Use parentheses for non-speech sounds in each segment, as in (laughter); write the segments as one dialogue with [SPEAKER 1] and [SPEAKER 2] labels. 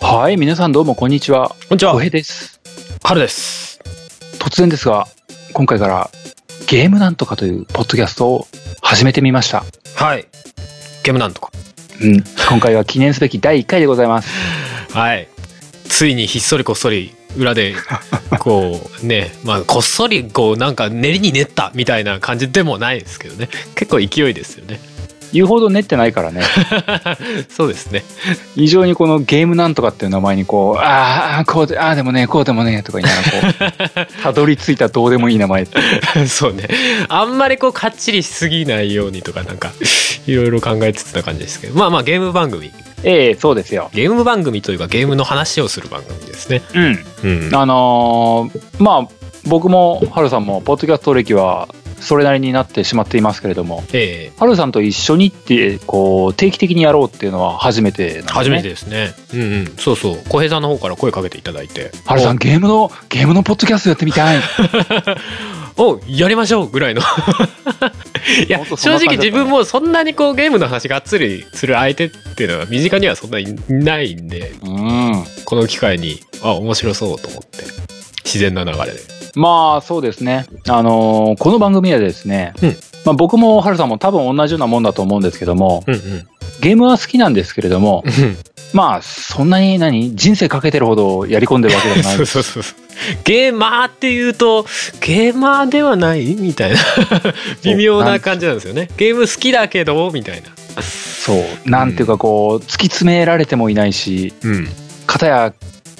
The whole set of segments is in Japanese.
[SPEAKER 1] はい、皆さんどうもこんにちは。
[SPEAKER 2] こんにちは
[SPEAKER 1] お。へです。
[SPEAKER 2] 春です。
[SPEAKER 1] 突然ですが、今回からゲームなんとかというポッドキャストを始めてみました。
[SPEAKER 2] はい。ゲームなんとか。
[SPEAKER 1] うん、今回は記念すべき第1回でございます。
[SPEAKER 2] はい。ついにひっそりこっそり裏 (laughs) で、こうね、まあこっそりこうなんか練りに練ったみたいな感じでもないですけどね。結構勢いですよね。 (laughs)
[SPEAKER 1] 言うほど練ってないから (laughs) ね、
[SPEAKER 2] そうですね。 (laughs)
[SPEAKER 1] 非常にこのゲームなんとかっていう名前にこう、あーあー、こうで、ああでもね、こうでもね、とか言いながら (laughs) こう、たどり着いたどうでもいい名前って。
[SPEAKER 2] そうね。あんまりこうかっちりしすぎないようにとかなんかいろいろ考えつつな感じですけど。まあまあゲーム番組。
[SPEAKER 1] ええそうですよ。
[SPEAKER 2] ゲーム番組というかゲームの話をする番組ですね。
[SPEAKER 1] うん。
[SPEAKER 2] うん。
[SPEAKER 1] あのーまあ、僕もハルさんも、ポッドキャスト歴はそれなりになってしまっていますけれども、
[SPEAKER 2] ええ
[SPEAKER 1] ハルさんと一緒にってこう定期的にやろうっていうのは初めてなんです、ね、
[SPEAKER 2] 初めてですね。うんうん。そうそう。小平さんの方から声かけていただいて。
[SPEAKER 1] ハルさんゲームのゲームのポッドキャストやってみたい
[SPEAKER 2] (laughs) おやりましょうぐらいの (laughs) いや
[SPEAKER 1] 本当そんな感じだっ
[SPEAKER 2] 正
[SPEAKER 1] たね
[SPEAKER 2] 直自分もそんなにこうゲームの話がっつりする相手っていうのは身近にはそんなにないんで
[SPEAKER 1] うん
[SPEAKER 2] この機会にあ面白そうと思って自然な流れで
[SPEAKER 1] まあそうですねあのーこの番組はですね、
[SPEAKER 2] うん
[SPEAKER 1] まあ、僕もハルさんも多分同じようなもんだと思うんですけども
[SPEAKER 2] うんうん
[SPEAKER 1] ゲームは好きなんですけれども
[SPEAKER 2] うん
[SPEAKER 1] まあそんなに何人生かけてるほどやり込んでるわけでもない
[SPEAKER 2] (laughs) そうそうそうそうゲーマーっていうとゲーマーではないみたいな微妙な感じなんですよねゲーム好きだけどみたいな
[SPEAKER 1] そうなんていうかこう突き詰められてもいないし
[SPEAKER 2] うん
[SPEAKER 1] 片や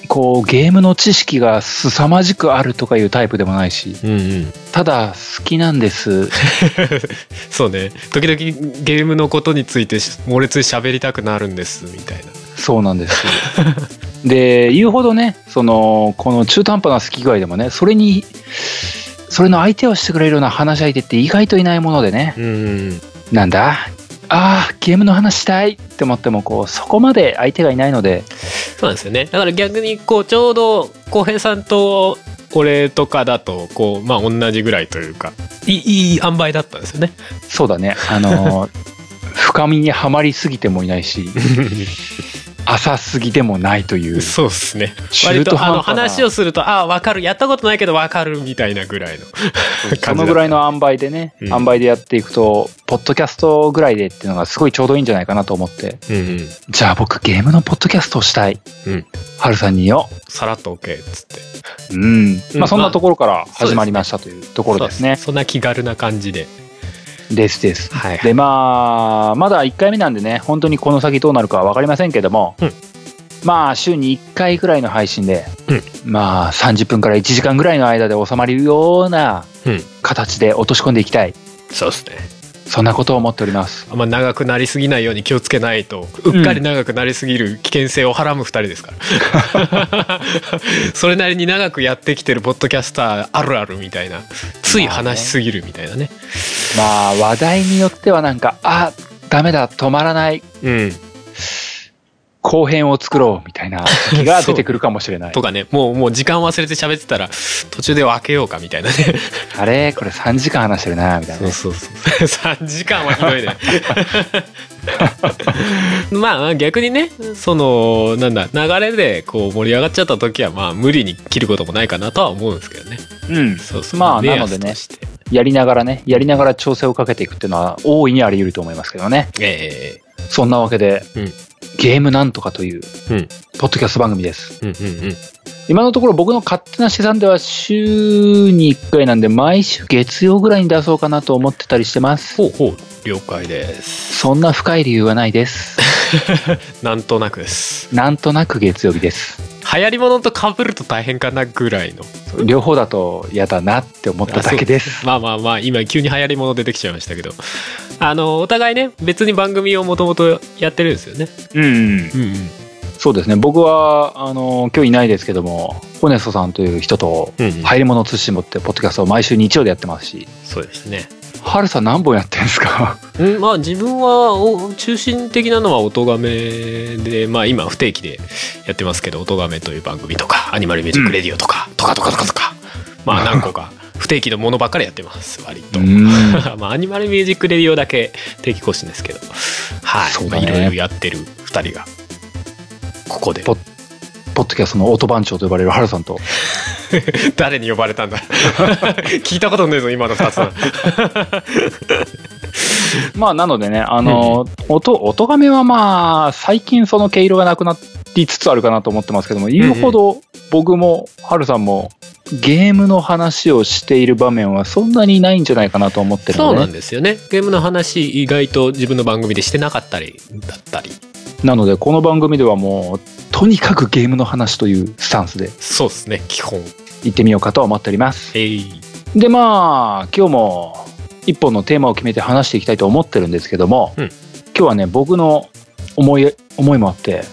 [SPEAKER 1] こうゲームの知識が凄まじくあるとかいうタイプでもないし
[SPEAKER 2] うんうん
[SPEAKER 1] ただ好きなんです。
[SPEAKER 2] そうね時々ゲームのことについてし猛烈に喋りたくなるんですみたいな
[SPEAKER 1] そうなんです。で、言うほどね、その、この中途半端な好き具合でもね、それに、それの相手をしてくれるような話し相手って意外といないものでね、
[SPEAKER 2] うん
[SPEAKER 1] なんだああ、ゲームの話したいって思っても、こう、そこまで相手がいないので、
[SPEAKER 2] そうなんですよねだから逆にこうちょうど浩平さんと俺とかだとこうまあ同じぐらいというかいいいい塩梅だったんですよね
[SPEAKER 1] そうだね、あ
[SPEAKER 2] (laughs)
[SPEAKER 1] の、深みにはまりすぎてもいないし、浅すぎでもないという、
[SPEAKER 2] そうですね
[SPEAKER 1] 中
[SPEAKER 2] 割
[SPEAKER 1] 途
[SPEAKER 2] とあの
[SPEAKER 1] 半端な、
[SPEAKER 2] 話をするとああ分かるやったことないけど分かるみたいなぐらいの感じ
[SPEAKER 1] そのぐらいの塩梅でね、
[SPEAKER 2] うん
[SPEAKER 1] 塩梅でやっていくと、ポッドキャストぐらいでっていうのがすごいちょうどいいんじゃないかなと思って、
[SPEAKER 2] うんうん
[SPEAKER 1] じゃあ僕ゲームのポッドキャストをしたい。
[SPEAKER 2] うん
[SPEAKER 1] はるさんによ。
[SPEAKER 2] さらっと OK っつって
[SPEAKER 1] うん。ま
[SPEAKER 2] ま
[SPEAKER 1] あ
[SPEAKER 2] あ
[SPEAKER 1] そんなところから始まりましたというところですね。
[SPEAKER 2] そうそんな気軽な感じで
[SPEAKER 1] ですです。
[SPEAKER 2] はい
[SPEAKER 1] で、まあ、まだ1回目なんでね、本当にこの先どうなるかは分かりませんけども、
[SPEAKER 2] うん
[SPEAKER 1] まあ週に1回ぐらいの配信で、
[SPEAKER 2] うん
[SPEAKER 1] まあ30分から1時間ぐらいの間で収まるような
[SPEAKER 2] うん
[SPEAKER 1] 形で落とし込んでいきたい。
[SPEAKER 2] そうですね
[SPEAKER 1] そんなことを思っております。
[SPEAKER 2] あんま長くなりすぎないように気をつけないとうっかり長くなりすぎる危険性をはらむ2人ですから、 (laughs) それなりに長くやってきてるポッドキャスターあるあるみたいなつい話しすぎるみたいなね,、
[SPEAKER 1] まあ話題によってはなんか、あ、ダメだ、止まらない、後編を作ろうみたいな時
[SPEAKER 2] (laughs)
[SPEAKER 1] が出てくるかもしれな
[SPEAKER 2] う
[SPEAKER 1] い
[SPEAKER 2] んと。かねもうもう時間忘れて喋ってたら途中で分けようかみたいなね
[SPEAKER 1] あれこれ3時間話してるなみたいなね、
[SPEAKER 2] そうそう (laughs) そう3時間はひどい (laughs) ねまあ逆にねそのなんだ流れでこう盛り上がっちゃった時はまあ無理に切ることもないかなとは思うんですけどね
[SPEAKER 1] うん、
[SPEAKER 2] そうそう
[SPEAKER 1] まあ
[SPEAKER 2] 目安
[SPEAKER 1] なのでね
[SPEAKER 2] として
[SPEAKER 1] やりながらねやりながら調整をかけていくっていうのは大いにあり得ると思いますけどね
[SPEAKER 2] え
[SPEAKER 1] そんなわけで、
[SPEAKER 2] うん
[SPEAKER 1] ゲームなんとかという、
[SPEAKER 2] うん
[SPEAKER 1] ポッドキャスト番組です
[SPEAKER 2] えうんうんうん
[SPEAKER 1] 今のところ僕の勝手な試算では週に1回なんで毎週月曜ぐらいに出そうかなと思ってたりしてます
[SPEAKER 2] ほうほう了解です
[SPEAKER 1] そんな深い理由はないです
[SPEAKER 2] (laughs) なんとなくです
[SPEAKER 1] なんとなく月曜日です
[SPEAKER 2] 流行り物と被ると大変かなぐらいの
[SPEAKER 1] そう両方だと嫌だなって思っただけです
[SPEAKER 2] まあまあまあ今急に流行り物出てきちゃいましたけどあのお互いね別に番組をもともとやってるんですよね
[SPEAKER 1] うん
[SPEAKER 2] うんうん
[SPEAKER 1] そうですね僕はあの今日いないですけどもホネストさんという人と
[SPEAKER 2] うんう
[SPEAKER 1] 「
[SPEAKER 2] ん
[SPEAKER 1] 入り物通信簿」ってポッドキャストを毎週日曜でやってますし
[SPEAKER 2] そうですね
[SPEAKER 1] ハルさん何本やってんですか
[SPEAKER 2] うん、まあ自分はお中心的なのは「音がめで」まあ今不定期でやってますけど「音がめ」という番組とか「アニマルミュージック・レディオ」とか、とかとかとかとかまあ何個か不定期のものばっかりやってます割と、
[SPEAKER 1] ん
[SPEAKER 2] まあアニマルミュージック・レディオだけ定期更新ですけどはい、
[SPEAKER 1] そうだ
[SPEAKER 2] まあ
[SPEAKER 1] ね
[SPEAKER 2] いろいろやってる2人がここで
[SPEAKER 1] ポ (laughs) ポッドキャストの音番長と呼ばれる原さんと、
[SPEAKER 2] 誰に呼ばれたんだ (laughs) 聞いたことねえぞ今の2つは
[SPEAKER 1] (laughs) まあ、なのでね、あの、音、音がめはまあ、最近その毛色がなくなりつつあるかなと思ってますけども、言うほど僕も、ハルさんも、ゲームの話をしている場面はそんなにないんじゃないかなと思ってる
[SPEAKER 2] そ
[SPEAKER 1] の
[SPEAKER 2] う
[SPEAKER 1] で、
[SPEAKER 2] なんですよねゲームの話意外と自分の番組でしてなかったりだったり
[SPEAKER 1] なので、この番組ではもう、とにかくゲームの話というスタンスで
[SPEAKER 2] そうですね基本
[SPEAKER 1] 行ってみようかとは思っております。
[SPEAKER 2] えい
[SPEAKER 1] で、まあ、今日も一本のテーマを決めて話していきたいと思ってるんですけども、
[SPEAKER 2] うん
[SPEAKER 1] 今日はね、僕の思い、思いもあって、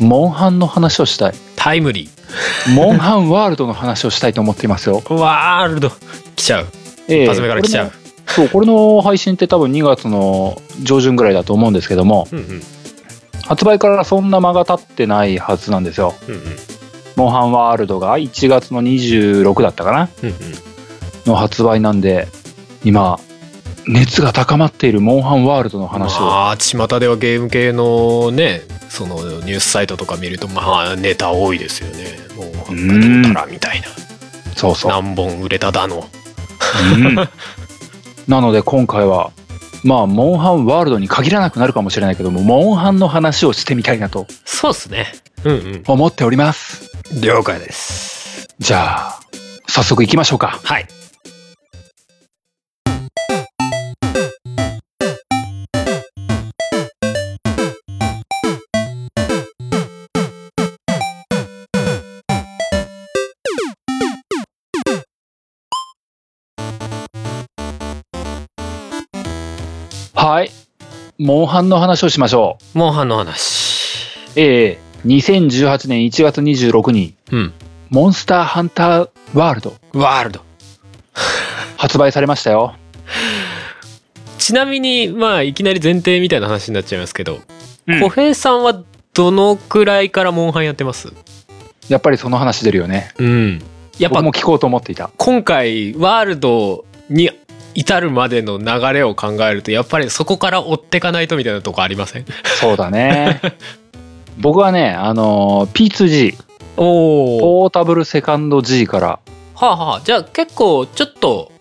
[SPEAKER 1] モンハンの話を
[SPEAKER 2] (laughs)
[SPEAKER 1] したい。
[SPEAKER 2] タイムリ
[SPEAKER 1] モンハンワールドの話をしたいと思っていますよ。
[SPEAKER 2] ーワールド来ちゃう
[SPEAKER 1] え
[SPEAKER 2] 一発目から来ちゃう
[SPEAKER 1] こ、れねそう、これの配信って多分2月の上旬ぐらいだと思うんですけども、
[SPEAKER 2] うんうん
[SPEAKER 1] 発売からそんな間が経ってないはずなんですよ。
[SPEAKER 2] うんうん
[SPEAKER 1] モンハンワールドが1月の26だったかな
[SPEAKER 2] うんうん
[SPEAKER 1] の発売なんで、今、熱が高まっているモンハンワールドの話を。
[SPEAKER 2] まあ巷ではゲーム系のねそのニュースサイトとか見るとまあネタ多いですよねもうど
[SPEAKER 1] ん
[SPEAKER 2] うたらみたいな
[SPEAKER 1] そうそう。
[SPEAKER 2] 何本売れただの
[SPEAKER 1] うん (laughs) なので今回は、まあ、モンハンワールドに限らなくなるかもしれないけども、モンハンの話をしてみたいなと
[SPEAKER 2] そうっすねうんうん
[SPEAKER 1] 思っております。
[SPEAKER 2] 了解です
[SPEAKER 1] じゃあ、早速行きましょうか。
[SPEAKER 2] はい
[SPEAKER 1] はい。モンハンの話をしましょ
[SPEAKER 2] モンハンの話
[SPEAKER 1] う。ええ2018年1月26日、
[SPEAKER 2] うん
[SPEAKER 1] モンスターハンターワールド
[SPEAKER 2] ワールド
[SPEAKER 1] 発売されましたよ。
[SPEAKER 2] ちなみにまあいきなり前提みたいな話になっちゃいますけど
[SPEAKER 1] うん
[SPEAKER 2] 小平さんはどのくらいからモンハンやってます
[SPEAKER 1] やっぱりその話出るよね。
[SPEAKER 2] うんやっぱ
[SPEAKER 1] 僕も聞こうと思っていた。
[SPEAKER 2] 今回ワールドに至るまでの流れを考えるとやっぱりそこから追ってかないとみたいなとこありません
[SPEAKER 1] そうだね。
[SPEAKER 2] (laughs)
[SPEAKER 1] 僕はね、あのー P2G、
[SPEAKER 2] おお
[SPEAKER 1] ポータブルセカンド G から、
[SPEAKER 2] はあはあじゃあ結構ちょっと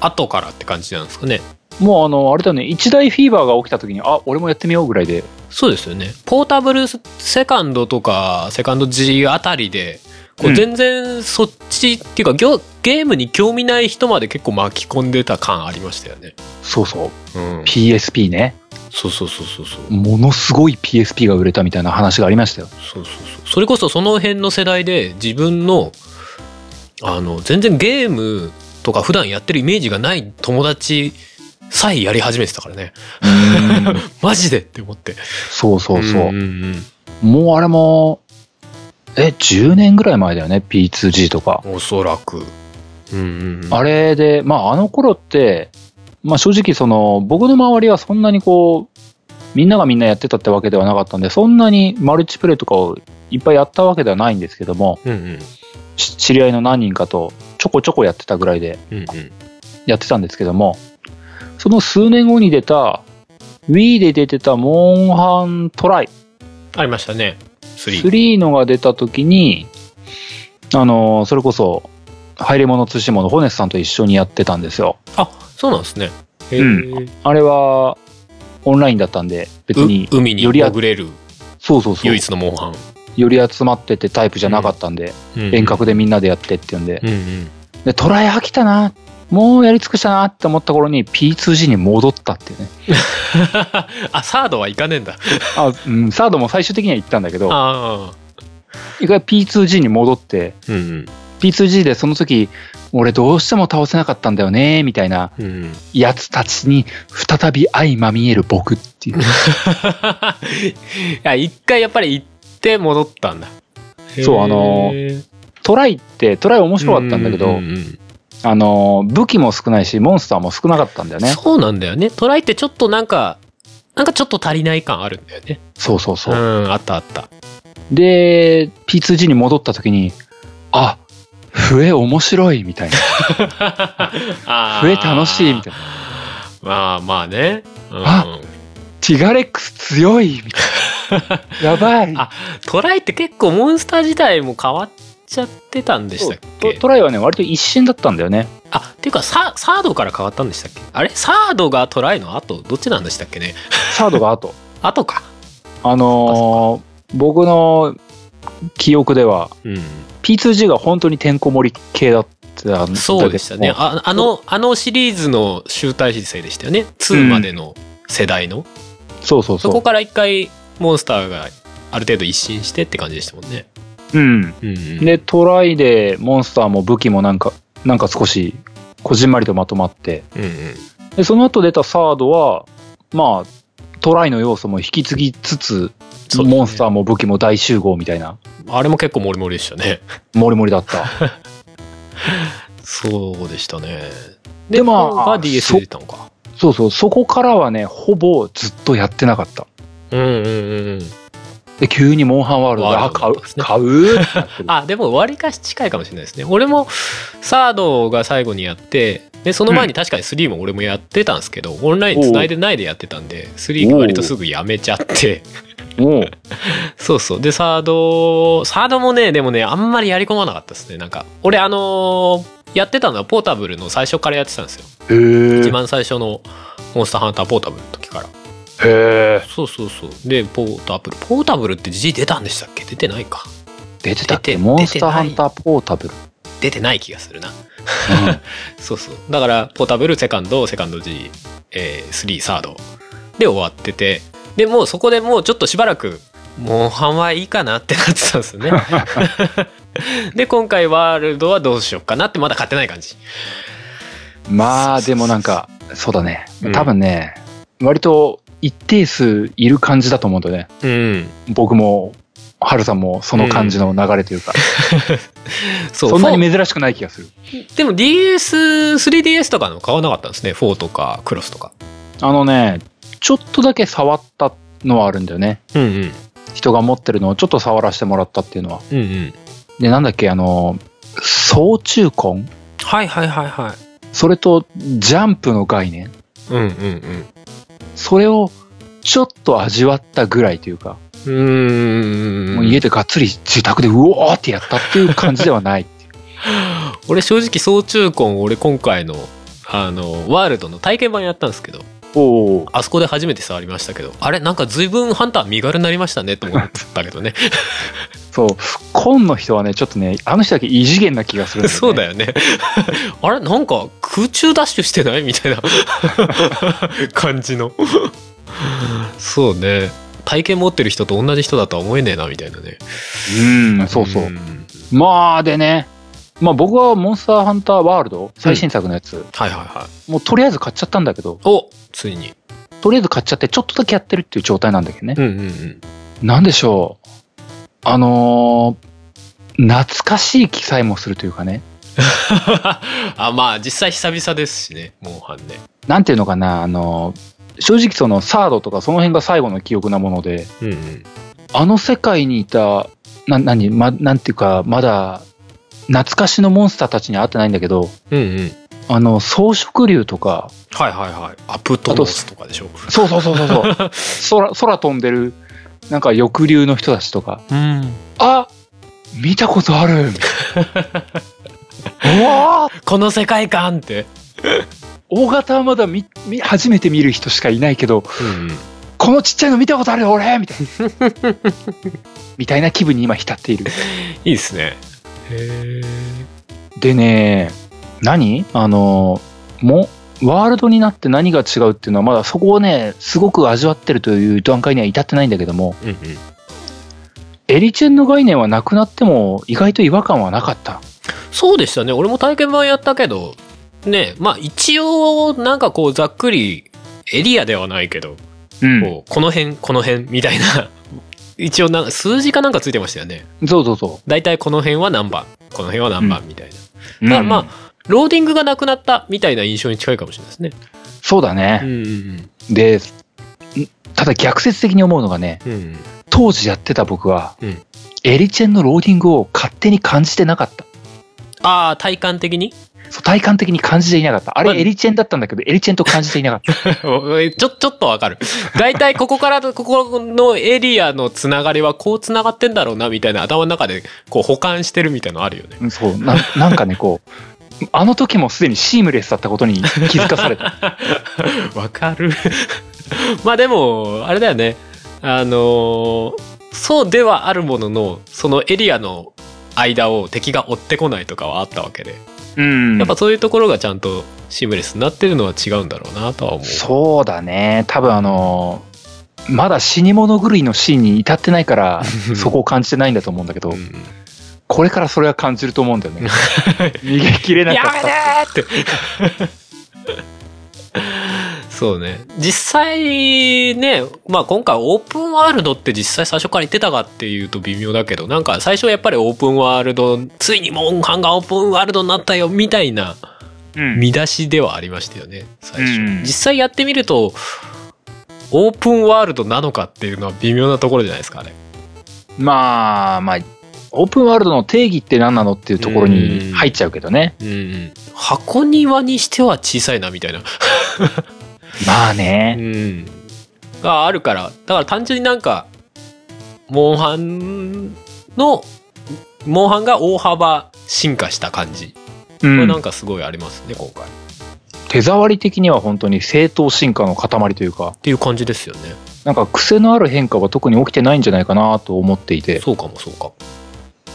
[SPEAKER 2] 後からって感じなんですかね
[SPEAKER 1] もうあの、あれだよね、一大フィーバーが起きた時に、あ、俺もやってみようぐらいで、
[SPEAKER 2] そうですよねポータブルセカンドとかセカンド G あたりでこ
[SPEAKER 1] うん
[SPEAKER 2] う全然そっちっていうか、ぎょゲームに興味ない人まで結構巻き込んでた感ありましたよね
[SPEAKER 1] そうそう、
[SPEAKER 2] うん
[SPEAKER 1] PSP ね。
[SPEAKER 2] そうそうそうそうそう
[SPEAKER 1] ものすごい PSP が売れたみたいな話がありましたよ。
[SPEAKER 2] そうそうそうそれこそその辺の世代で自分のあの全然ゲームとか普段やってるイメージがない友達さえやり始めてたからねマジでって思って
[SPEAKER 1] (laughs) そうそうそう。
[SPEAKER 2] んんん
[SPEAKER 1] もうあれも、え、10年ぐらい前だよね、P2G とか。
[SPEAKER 2] おそらくうんうんうん
[SPEAKER 1] あれで、まああの頃って、まあ正直その、僕の周りはそんなにこう、みんながみんなやってたってわけではなかったんで、そんなにマルチプレイとかをいっぱいやったわけではないんですけども、
[SPEAKER 2] うんうん
[SPEAKER 1] し知り合いの何人かとちょこちょこやってたぐらいで
[SPEAKER 2] うんうん
[SPEAKER 1] やってたんですけども、その数年後に出た、Wii で出てたモンハントライ
[SPEAKER 2] ありましたね3
[SPEAKER 1] 3のが出た時に、あのーそれこそ、入れ物通信物、ホネスさんと一緒にやってたんですよ。
[SPEAKER 2] あそうなんですねへえ、
[SPEAKER 1] うあれは、オンラインだったんで、別に、
[SPEAKER 2] う海に
[SPEAKER 1] よりあ
[SPEAKER 2] 潜れる
[SPEAKER 1] そうそうそう
[SPEAKER 2] 唯、一のモンハン
[SPEAKER 1] より集まっててタイプじゃなかったんで、
[SPEAKER 2] うんうん
[SPEAKER 1] 遠隔でみんなでやってっていうんで、
[SPEAKER 2] うんうん (laughs)
[SPEAKER 1] で、トライ飽きたな、もうやり尽くしたなって思った頃に P2G に戻ったっていうね。
[SPEAKER 2] あサードはいかねえんだ
[SPEAKER 1] あ、うん、サードも最終的には行ったんだけど、
[SPEAKER 2] ああ
[SPEAKER 1] 一回 P2G に戻って、
[SPEAKER 2] うん
[SPEAKER 1] P2G でその時、俺どうしても倒せなかったんだよね、みたいな、
[SPEAKER 2] うんうんうん
[SPEAKER 1] やつたちに再び相まみえる僕っていう。
[SPEAKER 2] (laughs) いや一回やっぱり行って戻ったんだ
[SPEAKER 1] そうあのトライって、トライ面白かったんだけど、
[SPEAKER 2] うんうんうん
[SPEAKER 1] あの、武器も少ないし、モンスターも少なかったんだよね。
[SPEAKER 2] そうなんだよねトライってちょっとなんかなんかちょっと足りない感あるんだよね
[SPEAKER 1] そうそうそうう。
[SPEAKER 2] んあったあった
[SPEAKER 1] (laughs) で、P2G に戻った時に、あ、笛面白いみ
[SPEAKER 2] (laughs)
[SPEAKER 1] たいな。
[SPEAKER 2] あ
[SPEAKER 1] 笛
[SPEAKER 2] ー
[SPEAKER 1] 楽しいみたいな。
[SPEAKER 2] まあまあね、うん
[SPEAKER 1] あティガレックス強いみたい
[SPEAKER 2] (laughs)
[SPEAKER 1] やばい
[SPEAKER 2] あトライって結構モンスター自体も変わっちゃってたんでしたっ
[SPEAKER 1] ト
[SPEAKER 2] け
[SPEAKER 1] トライはね割と一瞬だったんだよね
[SPEAKER 2] あっていうかササードから変わったんでしたっけあれサードがトライの後どっちなんでしたっけね
[SPEAKER 1] サードが
[SPEAKER 2] (laughs)
[SPEAKER 1] 後
[SPEAKER 2] 後か
[SPEAKER 1] あのー僕の記憶では
[SPEAKER 2] うん
[SPEAKER 1] P2G が本当にてんこ盛り系だったんだけど
[SPEAKER 2] そうでしたね
[SPEAKER 1] もう
[SPEAKER 2] ああのあのシリーズの集大成でしたよね2までの世代の、
[SPEAKER 1] そうそう
[SPEAKER 2] そ
[SPEAKER 1] そ
[SPEAKER 2] こ
[SPEAKER 1] う
[SPEAKER 2] から一回モンスターがある程度一新してって感じでしたもんね
[SPEAKER 1] うん
[SPEAKER 2] うんうん
[SPEAKER 1] でトライでモンスターも武器もなんかなんか少しこじんまりとまとまって
[SPEAKER 2] うんうん
[SPEAKER 1] でその後出たサードはまあトライの要素も引き継ぎつつ、
[SPEAKER 2] そうですね
[SPEAKER 1] モンスターも武器も大集合みたいな
[SPEAKER 2] あれも結構モリモリでしたね
[SPEAKER 1] モリモリだ
[SPEAKER 2] (laughs)
[SPEAKER 1] った
[SPEAKER 2] そうでしたね
[SPEAKER 1] でまあ
[SPEAKER 2] 今が DS で出たのか
[SPEAKER 1] そうそう、そこからはね、ほぼずっとやってなかった。
[SPEAKER 2] うんうんうんうん
[SPEAKER 1] で、急にモンハンワールドで、
[SPEAKER 2] ワー
[SPEAKER 1] あ、
[SPEAKER 2] ルド
[SPEAKER 1] 買う、
[SPEAKER 2] ですね
[SPEAKER 1] 買
[SPEAKER 2] (laughs)
[SPEAKER 1] うってなってる
[SPEAKER 2] あでも割かし近いかもしれないですね俺もサードが最後にやってでその前に確かに3も俺もやってたんですけど、オンライン繋いでないでやってたんで3が割とすぐやめちゃって
[SPEAKER 1] もう、
[SPEAKER 2] そうそう。で、サード、サードもね、でもね、あんまりやり込まなかったですね。なんか、俺、あのーやってたのはポータブルの最初からやってたんですよ。
[SPEAKER 1] へ
[SPEAKER 2] 一
[SPEAKER 1] ー
[SPEAKER 2] 番最初のモンスターハンターポータブルの時から。
[SPEAKER 1] へー
[SPEAKER 2] そうそうそう。で、ポータブル。ポータブルって G 出たんでしたっけ出てないか。
[SPEAKER 1] 出てたっけ
[SPEAKER 2] 出て
[SPEAKER 1] モンスターハンターポータブル。
[SPEAKER 2] 出てない気がするな。そうそう。だから、ポータブル、セカンド、セカンド G、えー、3、サード。で、終わってて。で、もうそこでもうちょっとしばらく、モンハンはいいかなってなってたんです (laughs) よね。で、今回ワールドはどうしようかなって、まだ買ってない感じ。
[SPEAKER 1] うんまあ、でもなんか、そうだね
[SPEAKER 2] うん。
[SPEAKER 1] 多分ね、割と一定数いる感じだと思うんだよね。
[SPEAKER 2] うん。
[SPEAKER 1] 僕も、ハルさんもその感じの流れというか、
[SPEAKER 2] そう、
[SPEAKER 1] そんな
[SPEAKER 2] フォ
[SPEAKER 1] に珍しくない気がする。
[SPEAKER 2] ーでも DS、3DS とかの買わなかったんですね。4とか、クロスとか。
[SPEAKER 1] あのね、ちょっとだけ触ったのはあるんだよね。
[SPEAKER 2] うんうん。
[SPEAKER 1] 人が持ってるのをちょっと触らせてもらったっていうのは。
[SPEAKER 2] うんうん。
[SPEAKER 1] で、なんだっけ、あの、総中根
[SPEAKER 2] はいはいはいはい。
[SPEAKER 1] それとジャンプの概念
[SPEAKER 2] うんうん
[SPEAKER 1] それをちょっと味わったぐらいというか、
[SPEAKER 2] うん。うーん。
[SPEAKER 1] もう家でがっつり自宅でうおーってやったっていう感じではない。
[SPEAKER 2] 俺正直総中婚俺今回のあのワールドの体験版やったんですけど
[SPEAKER 1] (laughs) おー
[SPEAKER 2] あそこで初めて触りましたけどあれなんか随分ハンター身軽になりましたねと思ったけどね
[SPEAKER 1] そう、紺の人はね、ちょっとね、あの人だけ異次元な気がするんだよ、ね。
[SPEAKER 2] (laughs) そうだ
[SPEAKER 1] よ。
[SPEAKER 2] よねあれなんか空中ダッシュしてないみたいな (laughs) 感じのそうね体験持ってる人と同じ人だとは思えねえなみたいなね
[SPEAKER 1] うん、そうそう。
[SPEAKER 2] ん
[SPEAKER 1] まあ、でね、まあ僕はモンスターハンターワールド、最新作のやつ、
[SPEAKER 2] はいはいはい
[SPEAKER 1] もうとりあえず買っちゃったんだけど、
[SPEAKER 2] おついに
[SPEAKER 1] とりあえず買っちゃってちょっとだけやってるっていう状態なんだけどね。
[SPEAKER 2] うんうんうん (laughs)
[SPEAKER 1] なんでしょう。あのー懐かしい記載もするというかね。
[SPEAKER 2] あまあ実際久々ですしねモンハンね
[SPEAKER 1] なんていうのかな、あのー正直そのサードとかその辺が最後の記憶なもので、
[SPEAKER 2] うんうん
[SPEAKER 1] あの世界にいた、な、なに、ま、なんていうか、まだ、懐かしのモンスターたちに会ってないんだけど、
[SPEAKER 2] うんうん
[SPEAKER 1] あの、草食竜とか、
[SPEAKER 2] はいはいはい。アプトノスとかでしょ。
[SPEAKER 1] そうそうそうそうそう、 (laughs) 空、空飛んでる、なんか翼竜の人たちとか、
[SPEAKER 2] うん。
[SPEAKER 1] あ見たことあ (laughs) るうわー
[SPEAKER 2] この世界観って。
[SPEAKER 1] 大型はまだ見見初めて見る人しかいないけど
[SPEAKER 2] うん、
[SPEAKER 1] このちっちゃいの見たことあるよ俺みたいな (laughs) みたいな気分に今浸っている
[SPEAKER 2] いいですね。へえ。
[SPEAKER 1] でね何あのもワールドになって何が違うっていうのはまだそこをねすごく味わってるという段階には至ってないんだけども
[SPEAKER 2] うんうん。
[SPEAKER 1] エリチェンの概念はなくなっても意外と違和感はなかった
[SPEAKER 2] そうでしたね。俺も体験版やったけど、ね、まあ一応、なんかこう、ざっくり、エリアではないけど、
[SPEAKER 1] うん
[SPEAKER 2] こうこの辺、この辺、みたいな。 (laughs) 一応なんか、数字かなんかついてましたよね。
[SPEAKER 1] そうそうそ
[SPEAKER 2] だいたいこの辺は何番、この辺は何番、みたい
[SPEAKER 1] うう
[SPEAKER 2] な。だから
[SPEAKER 1] ん
[SPEAKER 2] まあ、ローディングがなくなった、みたいな印象に近いかもしれないですね。
[SPEAKER 1] そうだ
[SPEAKER 2] う
[SPEAKER 1] ね、
[SPEAKER 2] んうん
[SPEAKER 1] でんただ逆説的に思うのがね
[SPEAKER 2] うん。うん
[SPEAKER 1] 当時やってた僕は、
[SPEAKER 2] うん
[SPEAKER 1] エリチェンのローディングを勝手に感じてなかった
[SPEAKER 2] ああ、体感的に
[SPEAKER 1] そう体感的に感じていなかった。あ
[SPEAKER 2] まあ
[SPEAKER 1] れエリチェンだったんだけど、エリチェンと感じていなかっ
[SPEAKER 2] (laughs)
[SPEAKER 1] た。
[SPEAKER 2] ちょ、ちょっとわかる。大体ここから、 (laughs) ここのエリアのつながりはこうつながってんだろうな、みたいな頭の中で、こう保管してるみたいなのあるよね。
[SPEAKER 1] うんそう、ななんかね、こう、あの時もすでにシームレスだったことに気づかされた。
[SPEAKER 2] (laughs) わかる。 (laughs) まあでも、あれだよね。あのーそうではあるものの、そのエリアの間を敵が追ってこないとかはあったわけで。
[SPEAKER 1] うん。
[SPEAKER 2] やっぱ (laughs) そういうところがちゃんとシームレスになってるのは違うんだろうなとは思う。
[SPEAKER 1] そうだね。多分あの、まだ死に物狂いのシーンに至ってない
[SPEAKER 2] (laughs)
[SPEAKER 1] から、そこを感じてないんだと思うんだけど
[SPEAKER 2] う、ん
[SPEAKER 1] これからそれは感じると思うんだよね。
[SPEAKER 2] (laughs)
[SPEAKER 1] 逃げ切れな
[SPEAKER 2] や
[SPEAKER 1] かっ
[SPEAKER 2] め
[SPEAKER 1] た。
[SPEAKER 2] てーって。
[SPEAKER 1] (laughs)
[SPEAKER 2] そうね。実際ね、まあ今回オープンワールドって実際最初から言ってたかっていうと微妙だけど、なんか最初はやっぱりオープンワールド、ついにモンハンがオープンワールドになったよみたいな
[SPEAKER 1] うん
[SPEAKER 2] 見出しではありましたよね、最初。
[SPEAKER 1] うん
[SPEAKER 2] 実際やってみると、オープンワールドなのかっていうのは微妙なところじゃないですか、あれ。
[SPEAKER 1] まあまあオープンワールドの定義って何なのっていうところに入っちゃうけどね
[SPEAKER 2] うんうん。箱庭にしては小さいなみたいな。
[SPEAKER 1] まあね
[SPEAKER 2] うん、があるからだから単純になんかモンハンのモンハンが大幅進化した感
[SPEAKER 1] う
[SPEAKER 2] じこれ
[SPEAKER 1] ん
[SPEAKER 2] なんかすごいありますね、今回っ
[SPEAKER 1] 手触り的には本当に正当進化の塊というか
[SPEAKER 2] ていう感じですよね
[SPEAKER 1] なんか癖のある変化は特に起きてないんじゃないかなと思っていて
[SPEAKER 2] そうかもそうかも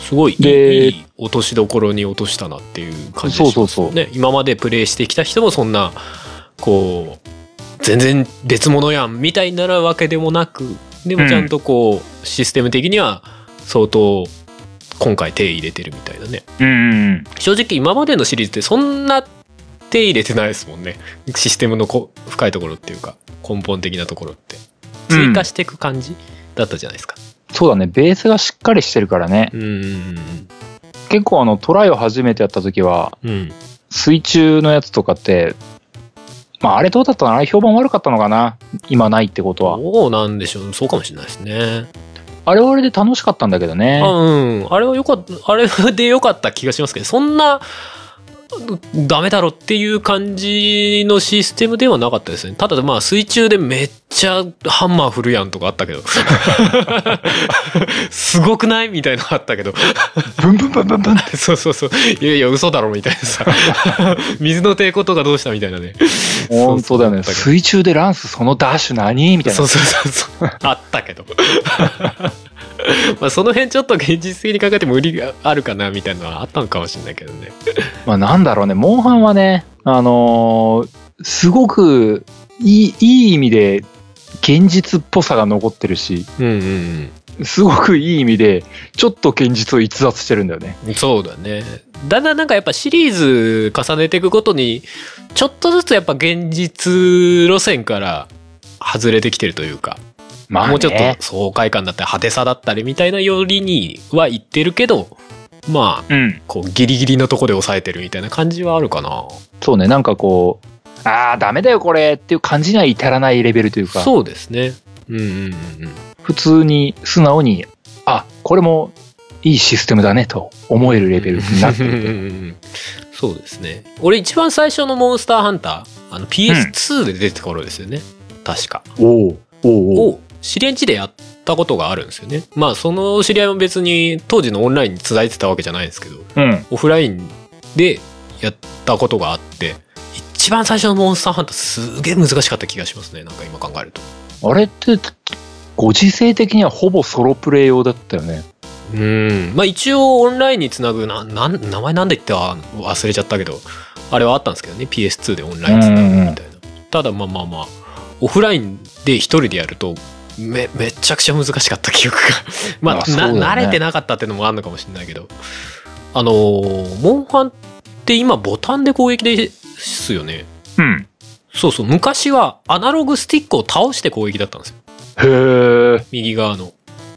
[SPEAKER 2] すごいいい
[SPEAKER 1] で
[SPEAKER 2] いい落としどころに落としたなっていう感じ
[SPEAKER 1] そ
[SPEAKER 2] で
[SPEAKER 1] う
[SPEAKER 2] し
[SPEAKER 1] そう
[SPEAKER 2] ょ
[SPEAKER 1] そう
[SPEAKER 2] ね今までプレイしてきた人もそんなこう全然別物やんみたいになるわけでもなくでもちゃんとこう、システム的には相当今回手入れてるみたいなね
[SPEAKER 1] うんうん
[SPEAKER 2] 正直今までのシリーズってそんな手入れてないですもんねシステムのこ深いところっていうか根本的なところって追加していく感じ、だったじゃないですか
[SPEAKER 1] そうだねベースがしっかりしてるからね
[SPEAKER 2] うんうん
[SPEAKER 1] 結構あのトライを初めてやった時は
[SPEAKER 2] うんうん
[SPEAKER 1] 水中のやつとかってまああれどうだったのあれ評判悪かったのかな今ないってことは
[SPEAKER 2] そうなんでしょうそうかもしれないですね
[SPEAKER 1] あれはあれで楽しかったんだけどね
[SPEAKER 2] あうんあれはよかったあれでよかった気がしますけどそんなダメだろっていう感じのシステムではなかったですねただまあ水中でめっちゃハンマー振るやんとかあったけ
[SPEAKER 1] (laughs)
[SPEAKER 2] どすごくないみたいなのあったけど
[SPEAKER 1] ブンブンブンブンブン
[SPEAKER 2] そうそうそう。いやいや、嘘だろ、みたいなさ。水の抵抗とかどうしたみたいなね。
[SPEAKER 1] 本当だよね。
[SPEAKER 2] そう
[SPEAKER 1] 水中でランスそのダッシュ何みたいな。
[SPEAKER 2] そうそうそうそう。 (laughs) あったけど。まあ、その辺ちょっと現実的に考えても無理があるかな、みたいなのはあったのかもしれないけどね。
[SPEAKER 1] まあなんだろうね。モンハンはね、あのーすごくいい、いい意味で現実っぽさが残ってるし、
[SPEAKER 2] うんうん
[SPEAKER 1] すごくいい意味で、ちょっと現実を逸脱してるんだよね。
[SPEAKER 2] うん。そうだね。だんだんなんかやっぱシリーズ重ねていくごとに、ちょっとずつやっぱ現実路線から外れてきてるというか。
[SPEAKER 1] まあ、ね、
[SPEAKER 2] もうちょっと爽快感だったり派手さだったりみたいなよりには言ってるけどまあ
[SPEAKER 1] うん。
[SPEAKER 2] こうギリギリのとこで抑えてるみたいな感じはあるかな
[SPEAKER 1] そうね。なんかこう、ああ、ダメだよこれっていう感じには至らないレベルというか、
[SPEAKER 2] そうですねうんうんうんうん
[SPEAKER 1] 普通に素直に、あ、これもいいシステムだねと思えるレベルになって
[SPEAKER 2] (laughs)
[SPEAKER 1] る。
[SPEAKER 2] うんうんうんそうですね俺一番最初のモンスターハンターあの PS2 で出てた頃ですよね、確か
[SPEAKER 1] おうおうおう
[SPEAKER 2] を知り合いんちでやったことがあるんですよねまあその知り合いも別に当時のオンラインにつないでたわけじゃないんですけど
[SPEAKER 1] うん。
[SPEAKER 2] オフラインでやったことがあって一番最初のモンスターハンターすげえ難しかった気がしますねなんか今考えると
[SPEAKER 1] あれって、ご時世的にはほぼソロプレイ用だったよね。
[SPEAKER 2] うんまあ一応オンラインにつなぐななん名前なんで言っては忘れちゃったけどあれはあったんですけどね PS2 でオンラインつなぐみたいな、ただまあまあまあオフラインで一人でやるとめめちゃくちゃ難しかった記憶が (laughs) まあ
[SPEAKER 1] あそうだよね
[SPEAKER 2] な慣れてなかったってのもあるのかもしれないけどあのーモンハンって今ボタンで攻撃ですよね
[SPEAKER 1] うん。
[SPEAKER 2] そうそう、昔はアナログスティックを倒して攻撃だったんですよ。
[SPEAKER 1] へえ。
[SPEAKER 2] 右側の。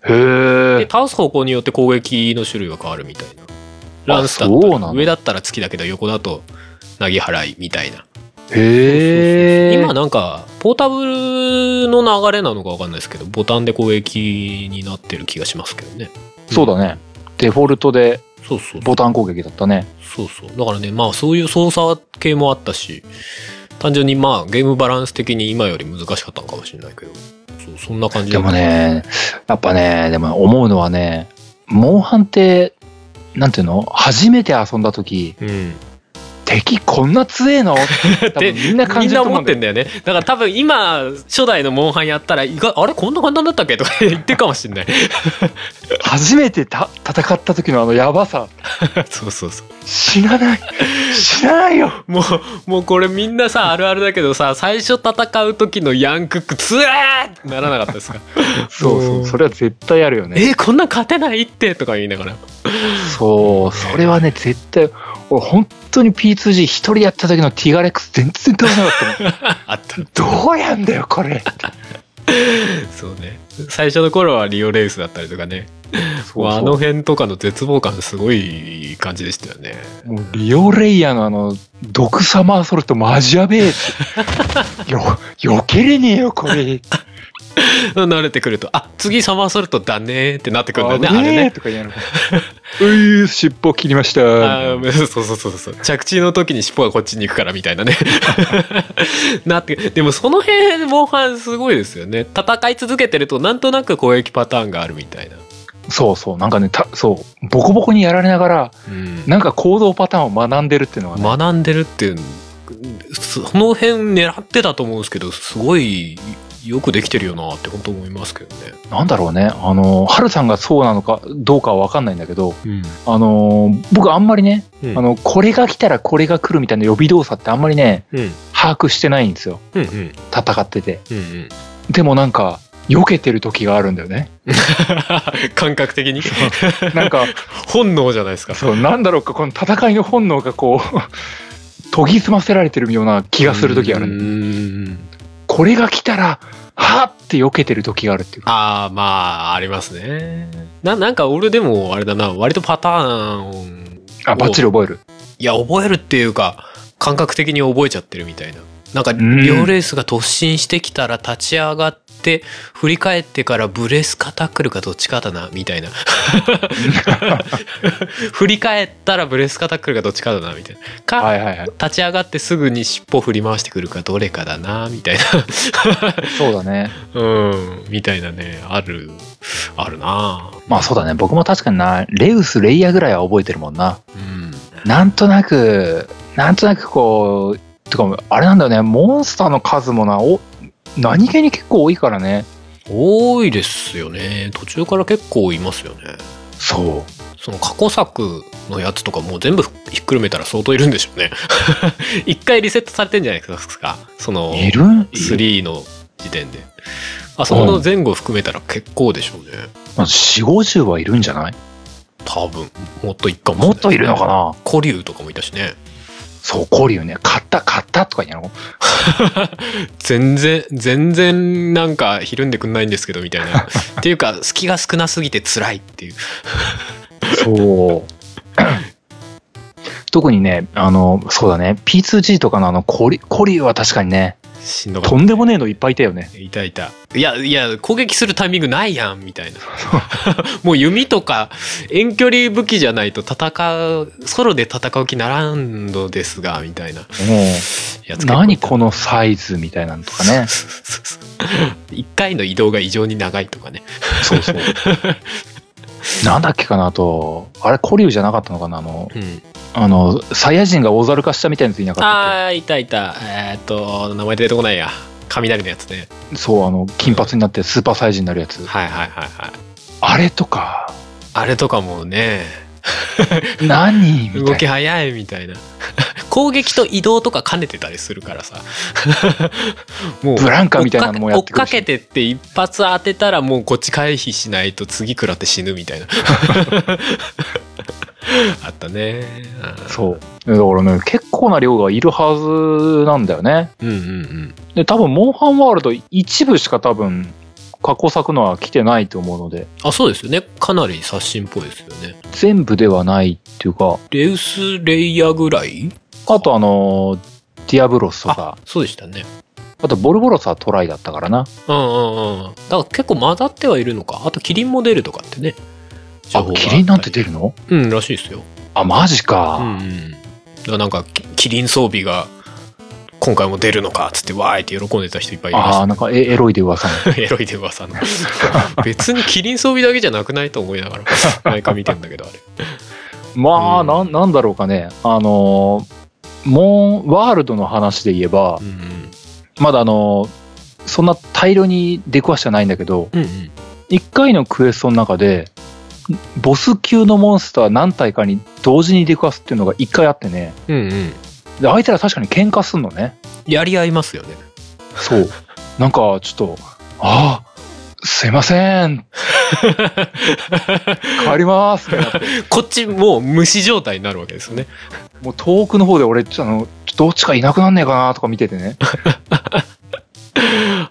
[SPEAKER 1] へ
[SPEAKER 2] で、
[SPEAKER 1] え。
[SPEAKER 2] 倒す方向によって攻撃の種類が変わるみたいな。ランスだっ
[SPEAKER 1] そ
[SPEAKER 2] た
[SPEAKER 1] うな
[SPEAKER 2] ら
[SPEAKER 1] んだ
[SPEAKER 2] 上だったら突きだけど横だと投げ払いみたいな。
[SPEAKER 1] へえ。
[SPEAKER 2] 今なんか、ポータブルの流れなのかわかんないですけど、ボタンで攻撃になってる気がしますけどね。
[SPEAKER 1] そうだね。デフォルトで
[SPEAKER 2] そうそう
[SPEAKER 1] ボタン攻撃だったね。
[SPEAKER 2] そうそうだからねまあそういう操作系もあったし単純にまあゲームバランス的に今より難しかったのかもしれないけどそうそんな感じ
[SPEAKER 1] で
[SPEAKER 2] だ
[SPEAKER 1] もね、やっぱね、でも思うのはね、モンハンって、なんていうの初めて遊んだ時、
[SPEAKER 2] うん
[SPEAKER 1] 敵こんな強えの (laughs) って多分みんな感
[SPEAKER 2] みん
[SPEAKER 1] じる
[SPEAKER 2] な
[SPEAKER 1] と思
[SPEAKER 2] 思
[SPEAKER 1] う
[SPEAKER 2] っ
[SPEAKER 1] んだ
[SPEAKER 2] て
[SPEAKER 1] よ
[SPEAKER 2] んだよねだから多分今初代のモンハンやったら意外あれこんな簡単だったっけとか言ってるかもしれない (laughs)
[SPEAKER 1] 初めてた戦った時のあのやばさ、
[SPEAKER 2] そうそうそう
[SPEAKER 1] 死な (laughs) ない、死なないよ。
[SPEAKER 2] もうもうこれみんなさあるあるだけどさ最初戦う時のヤンクックつえーってならなかったですか
[SPEAKER 1] そうそうう、
[SPEAKER 2] ん
[SPEAKER 1] それは絶対あるよね。
[SPEAKER 2] (laughs) えーこんな勝てないってとか言いながら
[SPEAKER 1] そう、それはね、絶対、俺本当に P2G 一人でやった時のティガレックス全然倒せなかった (laughs) もん。
[SPEAKER 2] (laughs) あった
[SPEAKER 1] どうやんだよ、こ (laughs) れ。
[SPEAKER 2] そうね最初の頃はリオレースだったりとかね
[SPEAKER 1] そう
[SPEAKER 2] まああ
[SPEAKER 1] そ
[SPEAKER 2] の
[SPEAKER 1] う
[SPEAKER 2] 辺とかの絶望感すごい感じでしたよね
[SPEAKER 1] もうリオレイヤーのあの、毒サマーソルトマジやべえ
[SPEAKER 2] (laughs)
[SPEAKER 1] って。よ、よけれねえよ、これ。
[SPEAKER 2] 慣れてくるとあ次サマーソルトだねってなってくるんだよねあ
[SPEAKER 1] 危
[SPEAKER 2] れね
[SPEAKER 1] えとか言いながら。う (laughs) いう、尻尾切りました。
[SPEAKER 2] あー (laughs) そうそうそうそう着地の時に尻尾がこっちに行くからみたいなね (laughs) なってでもその辺モンハンすごいですよね戦い続けてるとなんとなく攻撃パターンがあるみたいな、
[SPEAKER 1] そうそう、なんかね、たそう、ボコボコにやられながら、
[SPEAKER 2] うん
[SPEAKER 1] なんか行動パターンを学んでるっていうのはね、
[SPEAKER 2] 学んでるっていうその辺狙ってたと思うんですけどすごいよくできてるよなって本当思いますけどね、
[SPEAKER 1] なんだろうね、あの、ハルさんがそうなのかどうかはわかんないんだけど、
[SPEAKER 2] うん
[SPEAKER 1] あのー僕あんまりね、
[SPEAKER 2] うん
[SPEAKER 1] あの、これが来たらこれが来るみたいな予備動作ってあんまりね、
[SPEAKER 2] うん
[SPEAKER 1] 把握してないんですよ。
[SPEAKER 2] うんうん
[SPEAKER 1] 戦ってて。
[SPEAKER 2] うんうん、 (laughs)
[SPEAKER 1] でもなんか、避けてる時があるんだよ (laughs) ね。
[SPEAKER 2] 感覚的に
[SPEAKER 1] なんか、
[SPEAKER 2] 本能じゃないですか
[SPEAKER 1] そう、なんだろうか、この戦いの本能がこう、 (laughs) 研ぎ澄ませられてるような気がする時があ
[SPEAKER 2] う
[SPEAKER 1] る。
[SPEAKER 2] ーん
[SPEAKER 1] これが来たら、はっって避けてる時があるっていうか。
[SPEAKER 2] ああ、まあ、ありますね。な、なんか俺でも、あれだな、割とパターン
[SPEAKER 1] あ、バッチリ覚える。
[SPEAKER 2] いや、覚えるっていうか、感覚的に覚えちゃってるみたいな。なんか、
[SPEAKER 1] ん
[SPEAKER 2] 両レースが突進してきたら立ち上がって、振り返ってからブレスかタックルかどっちかだな、みた
[SPEAKER 1] (laughs)
[SPEAKER 2] いな。振り返ったらブレスかタックルかどっちかだな、みたいな。か、
[SPEAKER 1] はいはいはい。
[SPEAKER 2] 立ち上がってすぐに尻尾振り回してくるかどれかだな、みたいな。
[SPEAKER 1] そうだね。
[SPEAKER 2] うん、みたいなね、ある、あるな
[SPEAKER 1] (laughs) まあそうだね。僕も確かにな、レウス、レイヤーぐらいは覚えてるもんな。
[SPEAKER 2] うん。
[SPEAKER 1] なんとなく、なんとなくこう、てか、あれなんだよね、モンスターの数もな、お何気に結構多いからね。
[SPEAKER 2] 多いですよね。途中から結構いますよね。
[SPEAKER 1] そう。
[SPEAKER 2] その過去作のやつとかもう全部ひっくるめたら相当いるんでしょうね。 (laughs) 一回リセットされてんじゃないですか。その
[SPEAKER 1] いるいる
[SPEAKER 2] 3の時点で。あそこの前後含めたら結構でしょうね。
[SPEAKER 1] まあ4、50はいるんじゃない
[SPEAKER 2] 多分。もっといっかもしれな
[SPEAKER 1] もっといるのかな
[SPEAKER 2] 古竜とかもいたしね。
[SPEAKER 1] そう、コリュウね。買った、買ったとか言うの
[SPEAKER 2] 全然、全然なんかひるんでくんないんですけどみたい
[SPEAKER 1] (laughs)
[SPEAKER 2] な。っていうか、隙が少なすぎて辛いっていう。
[SPEAKER 1] そう。特にね、あの、そうだね、P2G とかのあの、コリコリュウは確かにね、
[SPEAKER 2] しんどかった
[SPEAKER 1] とんでもねえのいっぱいいたよね。
[SPEAKER 2] いたいた。いや、いや、攻撃するタイミングないやん、みたいな。 (laughs) もう弓とか遠距離武器じゃないと戦う、ソロで戦う気ならんのですが、みたいな
[SPEAKER 1] も
[SPEAKER 2] や
[SPEAKER 1] う、
[SPEAKER 2] つ
[SPEAKER 1] 何
[SPEAKER 2] 結構
[SPEAKER 1] このサイズみたいなのとかね。
[SPEAKER 2] (laughs) 一回の移動が異常に長いとかね。
[SPEAKER 1] そうそう。なんだっけかなあと、あれ、コリュウじゃなかったのかなあの、
[SPEAKER 2] うん。
[SPEAKER 1] あの、サイヤ人が大猿化したみたいなやついなかったっ
[SPEAKER 2] あー、いたいた。えーっと、名前出てこないや。雷のやつね。
[SPEAKER 1] けそう、あの、金髪になってスーパーサイヤ人になるやつ。
[SPEAKER 2] はいはいはいはい。
[SPEAKER 1] あれとか、
[SPEAKER 2] あれとかもね、
[SPEAKER 1] 何み
[SPEAKER 2] 動
[SPEAKER 1] た
[SPEAKER 2] き
[SPEAKER 1] いな。
[SPEAKER 2] 早いみたいな (laughs) 攻撃と移動とか兼ねてたりするからさ (laughs) もう
[SPEAKER 1] ブランカみたいなのもやってく
[SPEAKER 2] 追
[SPEAKER 1] る
[SPEAKER 2] っか
[SPEAKER 1] し
[SPEAKER 2] け追っかけてって一発当てたらもうこっち回避しないと次食らって死ぬみたいな (laughs) あったね
[SPEAKER 1] そう。だからね、結構な量がいるはずなんだよね。
[SPEAKER 2] うんうんうん
[SPEAKER 1] で、多分、モンハンワールド一部しか多分、過去作のは来てないと思うので、
[SPEAKER 2] あそうですよねかなり刷新っぽいですよね
[SPEAKER 1] 全部ではないっていうか、
[SPEAKER 2] レウスレイヤーぐらい
[SPEAKER 1] あとあの、ディアブロスとか、
[SPEAKER 2] そうでしたね
[SPEAKER 1] あとボルボロスはトライだったからな。
[SPEAKER 2] うんうんうんだから結構混ざってはいるのかあとキリンも出るとかってね
[SPEAKER 1] あ、キリンなんて出るの
[SPEAKER 2] うんらしいですよ
[SPEAKER 1] あ、マジか。
[SPEAKER 2] うんうん、だからなんかキキリン装備が今回も出るのかっつってわーいって喜んでた人いっぱいいま
[SPEAKER 1] あ
[SPEAKER 2] し
[SPEAKER 1] あ、なんかエエロいで噂の。 (laughs)
[SPEAKER 2] た、エロいで噂の (laughs) 別にキリン装備だけじゃなくないと思いながら毎回見てんだけどあれ
[SPEAKER 1] まあ、
[SPEAKER 2] うん
[SPEAKER 1] なん、なんだろうかね。あのー、モンワールドの話で言えば
[SPEAKER 2] う、ん
[SPEAKER 1] まだあのーそんな大量に出くわしてはないんだけど、
[SPEAKER 2] うんうん
[SPEAKER 1] 1回のクエストの中で、ボス級のモンスター何体かに同時に出くわすっていうのが1回あってね。
[SPEAKER 2] うんうんうん
[SPEAKER 1] で、相手ら確かに喧嘩すんのね。
[SPEAKER 2] やり合いますよね
[SPEAKER 1] そう。なんか、ちょっと、ああ、すいませ (laughs) ん、帰りますってなって、
[SPEAKER 2] こっちもう虫状態になるわけですよね
[SPEAKER 1] もう遠くの方で俺、ちょあの、ちょどっちかいなくなんねえかなとか見ててね。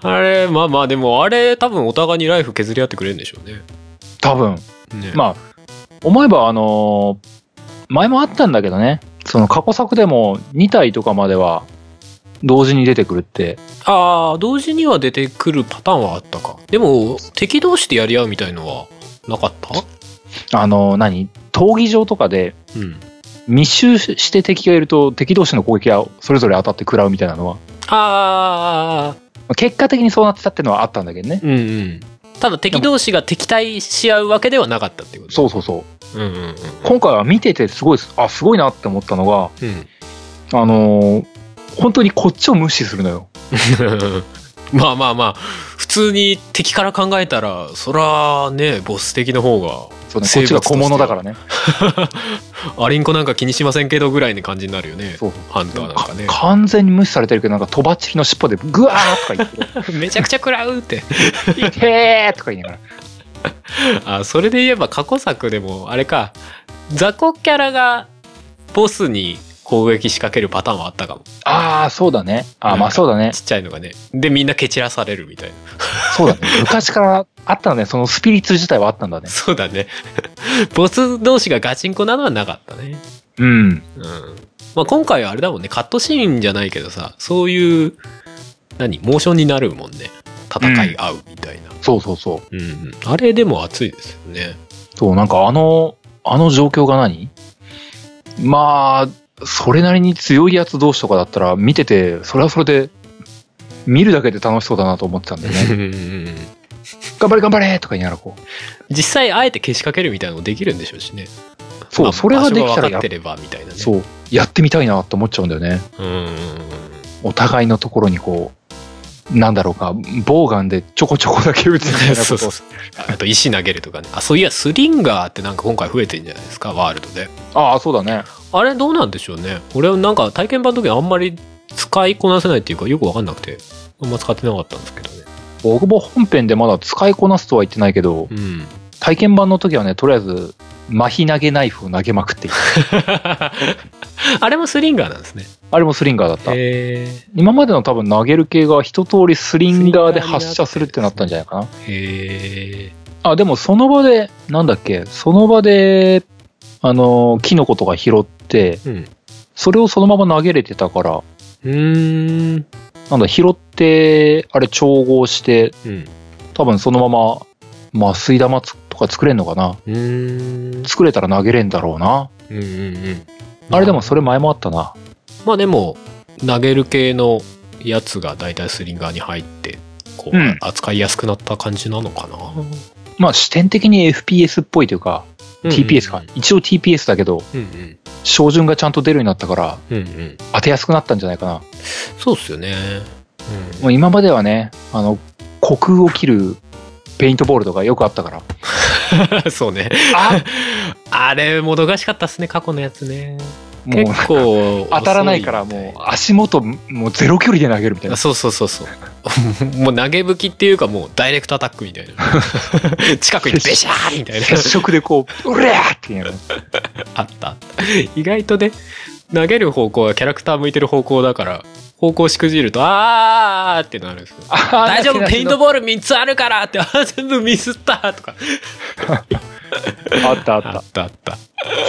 [SPEAKER 2] あれまあまあでもあれ多分お互いにライフ削り合ってくれるんでしょうね
[SPEAKER 1] 多分。
[SPEAKER 2] ね
[SPEAKER 1] まあ、思えば、あのー前もあったんだけどね、その過去作でも2体とかまでは同時に出てくるって、
[SPEAKER 2] ああ同時には出てくるパターンはあったかでも敵同士でやり合うみたいのはなかった
[SPEAKER 1] あのー何闘技場とかで
[SPEAKER 2] うん
[SPEAKER 1] 密集して敵がいると敵同士の攻撃がそれぞれ当たって食らうみたいなのは、ま
[SPEAKER 2] ああ
[SPEAKER 1] あ結果的にそうなってたってのはあったんだけどね。
[SPEAKER 2] うんうんただ敵同士が敵対し合うわけではなかったっていうこと
[SPEAKER 1] そうそうそう。
[SPEAKER 2] ううんうんうん
[SPEAKER 1] 今回は見ててすごいですあすごいなって思ったのが
[SPEAKER 2] うん
[SPEAKER 1] あのー本当にこっちを無視するのよ
[SPEAKER 2] (laughs) まあまあまあ普通に敵から考えたらそらねボス敵の方が
[SPEAKER 1] そう、ね、こ
[SPEAKER 2] 生
[SPEAKER 1] っちが
[SPEAKER 2] 物として
[SPEAKER 1] 小
[SPEAKER 2] は
[SPEAKER 1] 物だからね
[SPEAKER 2] アリンコなんか気にしませんけどぐらいの感じになるよね
[SPEAKER 1] そう
[SPEAKER 2] ハンターなんかね
[SPEAKER 1] か完全に無視されてるけどなんかとばっちりの尻尾でグワーとか言って
[SPEAKER 2] めちゃくちゃ食らうって
[SPEAKER 1] 「 (laughs) 痛え!」とか言いながら
[SPEAKER 2] (laughs) あそれで言えば過去作でもあれか雑魚キャラがボスに攻撃仕掛けるパターンはあったかも
[SPEAKER 1] ああそうだねあーまあそうだね
[SPEAKER 2] ちっちゃいのがねでみんな蹴散らされるみたいな
[SPEAKER 1] そうだね昔からあったのねそのスピリッツ自体はあったんだね
[SPEAKER 2] そうだね (laughs) ボス同士がガチンコなのはなかったね
[SPEAKER 1] うん
[SPEAKER 2] うんまあ今回はあれだもんねカットシーンじゃないけどさそういう何モーションになるもんね戦い合うみたいな、
[SPEAKER 1] そうそうそう
[SPEAKER 2] うんうんあれでも熱いですよね
[SPEAKER 1] そうなんかあのあの状況が何まあそれなりに強いやつ同士とかだったら見ててそれはそれで見るだけで楽しそうだなと思ってたんだよね
[SPEAKER 2] うんうんうん
[SPEAKER 1] 頑張れ頑張れとか言いながらこう。
[SPEAKER 2] (laughs) 実際あえてけしかけるみたいなのもできるんでしょうしね
[SPEAKER 1] そ
[SPEAKER 2] ま
[SPEAKER 1] う、
[SPEAKER 2] あ
[SPEAKER 1] それができた
[SPEAKER 2] 場所
[SPEAKER 1] ら
[SPEAKER 2] が分か
[SPEAKER 1] や
[SPEAKER 2] って、ればみたいなね
[SPEAKER 1] そう、やってみたいなと思っちゃうんだよね。
[SPEAKER 2] うんうんうん
[SPEAKER 1] お互いのところにこう、なんだろうか、ボウガンでちょこちょこだけ撃つみたいなこと。
[SPEAKER 2] (laughs) そうそうそうあと石投げるとかねあそういやスリンガーってなんか今回増えてんじゃないですかワールドで
[SPEAKER 1] ああ、そうだね。
[SPEAKER 2] あれどうなんでしょうね俺はなんか体験版の時あんまり使いこなせないっていうかよく分かんなくてあんま使ってなかったんですけどね
[SPEAKER 1] 僕も本編でまだ使いこなすとは言ってないけど
[SPEAKER 2] う、ん (laughs)
[SPEAKER 1] 体験版の時はね、とりあえず、麻痺投げナイフを投げまくっていた
[SPEAKER 2] あれもスリンガーなんですね
[SPEAKER 1] あれもスリンガーだった。
[SPEAKER 2] へ
[SPEAKER 1] 今までの多分投げる系が一通りスリンガーで発射するってなったんじゃないかな。
[SPEAKER 2] えへえ
[SPEAKER 1] あ、でもその場で、なんだっけ、その場で、あの、キノコとか拾って、
[SPEAKER 2] うんう
[SPEAKER 1] それをそのまま投げれてたから、
[SPEAKER 2] ーん
[SPEAKER 1] なんだ、拾って、あれ調合して、
[SPEAKER 2] うん
[SPEAKER 1] 多分そのまま、まあ、吸い玉つとか作れんのかな
[SPEAKER 2] うーん
[SPEAKER 1] 作れたら投げれんだろうな。
[SPEAKER 2] うんうんうん
[SPEAKER 1] あれでもそれ前もあったな。
[SPEAKER 2] まあでも投げる系のやつが大体スリンガーに入ってこう、
[SPEAKER 1] うん
[SPEAKER 2] 扱いやすくなった感じなのかな、
[SPEAKER 1] まあ、視点的に FPS っぽいというか、TPS か。一応 TPS だけど、
[SPEAKER 2] うんうん
[SPEAKER 1] 照準がちゃんと出るようになったから、
[SPEAKER 2] うんうん
[SPEAKER 1] 当てやすくなったんじゃないかな。
[SPEAKER 2] そうっすよね、
[SPEAKER 1] もう今まではね、あの、虚空を切るペイントボールとかよくあったから。
[SPEAKER 2] うん、 (laughs) そうね
[SPEAKER 1] あ
[SPEAKER 2] (laughs) あれもどかしかったっすね過去のやつね
[SPEAKER 1] もう
[SPEAKER 2] 結構
[SPEAKER 1] 当たらないから
[SPEAKER 2] 遅
[SPEAKER 1] もう足元もうゼロ距離で投げるみたい
[SPEAKER 2] あ
[SPEAKER 1] な。
[SPEAKER 2] そうそうそうそうもう (laughs) 投げ吹きっていうかもうダイレクトアタックみたいな (laughs) 近くにベシャーみたいな
[SPEAKER 1] (laughs) 接触でこう、うれーって言うの。
[SPEAKER 2] あったあった意外とね投げる方向はキャラクター向いてる方向だから方向しくじるとあーってなるんですよ (laughs) 大丈夫ペイント
[SPEAKER 1] ボ
[SPEAKER 2] ボール3つあるからってあー全部ミスったとか
[SPEAKER 1] ールあったあっ
[SPEAKER 2] あ
[SPEAKER 1] た
[SPEAKER 2] っ。たあった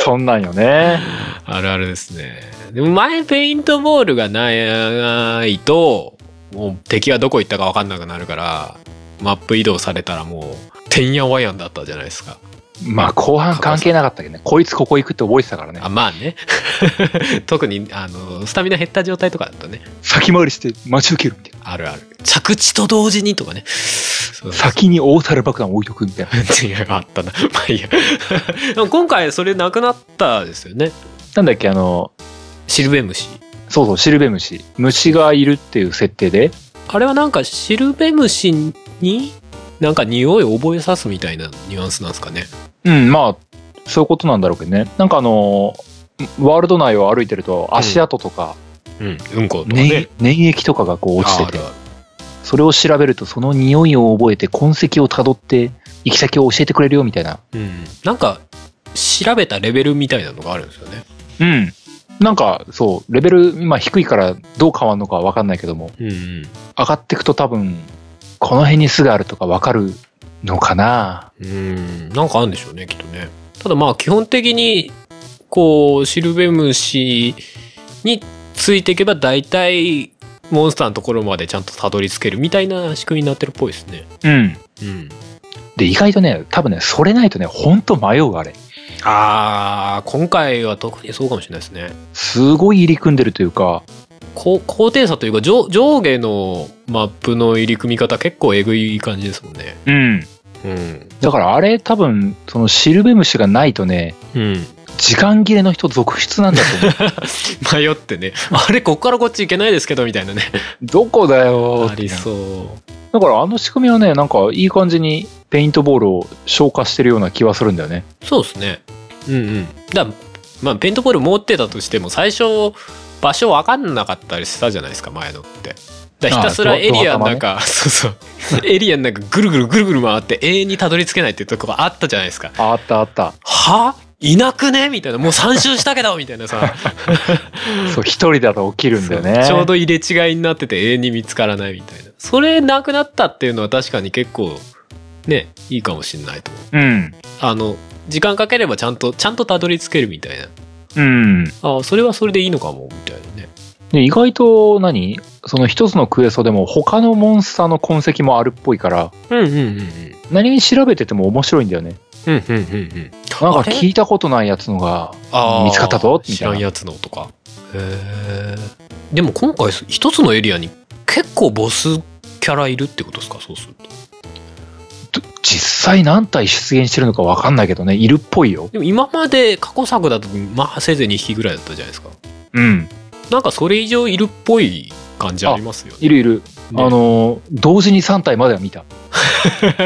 [SPEAKER 1] そんなんよね。
[SPEAKER 2] あるあるですねでも前ペイントボールがないともう敵はどこ行ったか分かんなくなるからマップ移動されたらもうてんやわやんだったじゃないですか
[SPEAKER 1] まあ、後半関係なかったけどね。こいつここ行くって覚えてたからね
[SPEAKER 2] あ。まあね (laughs) 特にあのスタミナ減った状態とかだとね
[SPEAKER 1] 先回りして待ち受けるみたいな。
[SPEAKER 2] あるある着地と同時にとかねそう
[SPEAKER 1] 先に大樽爆弾置いとくみたいな。
[SPEAKER 2] 違うあったな (laughs) まあいいやでも今回それなくなったですよね
[SPEAKER 1] なんだっけ、あの、
[SPEAKER 2] シルベムシ
[SPEAKER 1] そうそう、シルベムシ。虫がいるっていう設定で、
[SPEAKER 2] あれはなんかシルベムシになんか匂いを覚えさすみたいなニュアンスなんですかね
[SPEAKER 1] うん、まあ、そういうことなんだろうけどね。なんかあの、ワールド内を歩いてると足跡とか、
[SPEAKER 2] うんうんことかね
[SPEAKER 1] 粘粘液とかがこう落ちてて
[SPEAKER 2] ああるある
[SPEAKER 1] それを調べるとその匂いを覚えて痕跡をたどって行き先を教えてくれるよみたいな
[SPEAKER 2] うんなんか調べたレベルみたいなのがあるんですよね
[SPEAKER 1] うんなんかそうレベル今低いからどう変わるのかは分かんないけども
[SPEAKER 2] うんうん
[SPEAKER 1] 上がっていくと多分この辺に巣があるとか分かるのかな
[SPEAKER 2] うーん、なんかあるんでしょうね、きっとね。ただまあ、基本的に、こう、シルベムシについていけば、大体、モンスターのところまでちゃんとたどり着けるみたいな仕組みになってるっぽいですね。
[SPEAKER 1] うん
[SPEAKER 2] うん。
[SPEAKER 1] で意外とね多分ねそれないとねほんと迷うあれ
[SPEAKER 2] あー、今回は特にそうかもしれないですね。
[SPEAKER 1] すごい入り組んでるというか
[SPEAKER 2] こ高低差というか上、上下のマップの入り組み方、結構えぐい感じですもんね。
[SPEAKER 1] うん
[SPEAKER 2] うん。
[SPEAKER 1] だからあれ多分そのシルベムシがないとね
[SPEAKER 2] うん。 (laughs)
[SPEAKER 1] 時間切れの人続出なんだと思う
[SPEAKER 2] 迷ってね、 (laughs) あれ、こっからこっち行けないですけど、みたいなね。
[SPEAKER 1] (laughs) どこだよ
[SPEAKER 2] ありそう。
[SPEAKER 1] だからあの仕組みはね、なんかいい感じにペイントボールを消化してるような気はするんだよね。
[SPEAKER 2] そうですね。うんうん。だまあ、ペントボール持ってたとしても、最初、場所分かんなかったりしたじゃないですか、前のって。だひたす
[SPEAKER 1] あ
[SPEAKER 2] ら
[SPEAKER 1] あ
[SPEAKER 2] エリアの中、 (laughs) そうそう。エリアの中、ぐるぐるぐるぐる回って、永遠にたどり着けないっていうとこがあったじゃないですか。
[SPEAKER 1] あったあった。
[SPEAKER 2] はいなくねみたいな、もう3周したけどみたいなさ、
[SPEAKER 1] そう、一人だと起きるんだよね。
[SPEAKER 2] ちょうど入れ違いになってて永遠に見つからないみたいな。それなくなったっていうのは確かに結構、ね、いいかもしれないと思
[SPEAKER 1] う
[SPEAKER 2] う。
[SPEAKER 1] ん。
[SPEAKER 2] あの、時間かければちゃんと、ちゃんとたどり着けるみたいな。
[SPEAKER 1] うん。
[SPEAKER 2] あそれはそれでいいのかもみたいなね
[SPEAKER 1] で意外と何その一つのクエストでも他のモンスターの痕跡もあるっぽいから、
[SPEAKER 2] うんうんうん
[SPEAKER 1] 何に調べてても面白いんだよね。
[SPEAKER 2] うんうんうんうん
[SPEAKER 1] なんか
[SPEAKER 2] あれ
[SPEAKER 1] 聞いたことないやつのが
[SPEAKER 2] あー
[SPEAKER 1] 見つかったぞみ
[SPEAKER 2] 知
[SPEAKER 1] た
[SPEAKER 2] らん
[SPEAKER 1] いな。
[SPEAKER 2] やつのとかへえでも今回一つのエリアに結構ボスキャラいるってことですかそうすると
[SPEAKER 1] ど実際何体出現してるのかわかんないけどね、いるっぽいよ。
[SPEAKER 2] でも今まで過去作だとまあせいぜい2匹ぐらいだったじゃないですか
[SPEAKER 1] うん。
[SPEAKER 2] なんかそれ以上いるっぽい感じありますよね
[SPEAKER 1] いるいる。
[SPEAKER 2] ね
[SPEAKER 1] あの、同時に3体までは見た。
[SPEAKER 2] (laughs)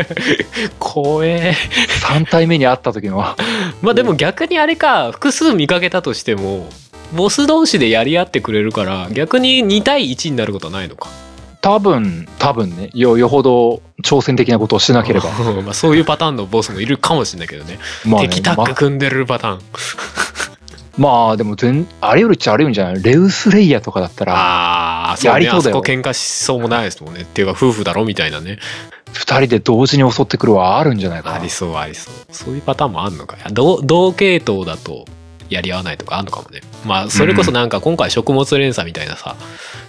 [SPEAKER 2] 怖え
[SPEAKER 1] 3体目に会った時のは
[SPEAKER 2] まあでも逆にあれか複数見かけたとしてもボス同士でやり合ってくれるから逆に2対1になることはないのか
[SPEAKER 1] 多分多分ねよよほど挑戦的なことをしなければ
[SPEAKER 2] (laughs) まあそういうパターンのボスもいるかもしれないけどね
[SPEAKER 1] まあね、
[SPEAKER 2] 敵タッグ組んでるパターン
[SPEAKER 1] ままあでも全あり得るっちゃあり得るんじゃないレウスレイヤーとかだったら
[SPEAKER 2] ああそう
[SPEAKER 1] やり
[SPEAKER 2] ね
[SPEAKER 1] そう
[SPEAKER 2] あ
[SPEAKER 1] だ
[SPEAKER 2] そ
[SPEAKER 1] よ
[SPEAKER 2] こ喧嘩しそうもないですもんねっていうか夫婦だろみたいなね
[SPEAKER 1] 2人で同時に襲ってくるはあるんじゃないか
[SPEAKER 2] あ
[SPEAKER 1] な
[SPEAKER 2] りそうありそうそういうパターンもあんのかいや同同系統だとやり合わないとかあんのかもねまあそれこそなんか今回食物連鎖みたいなさ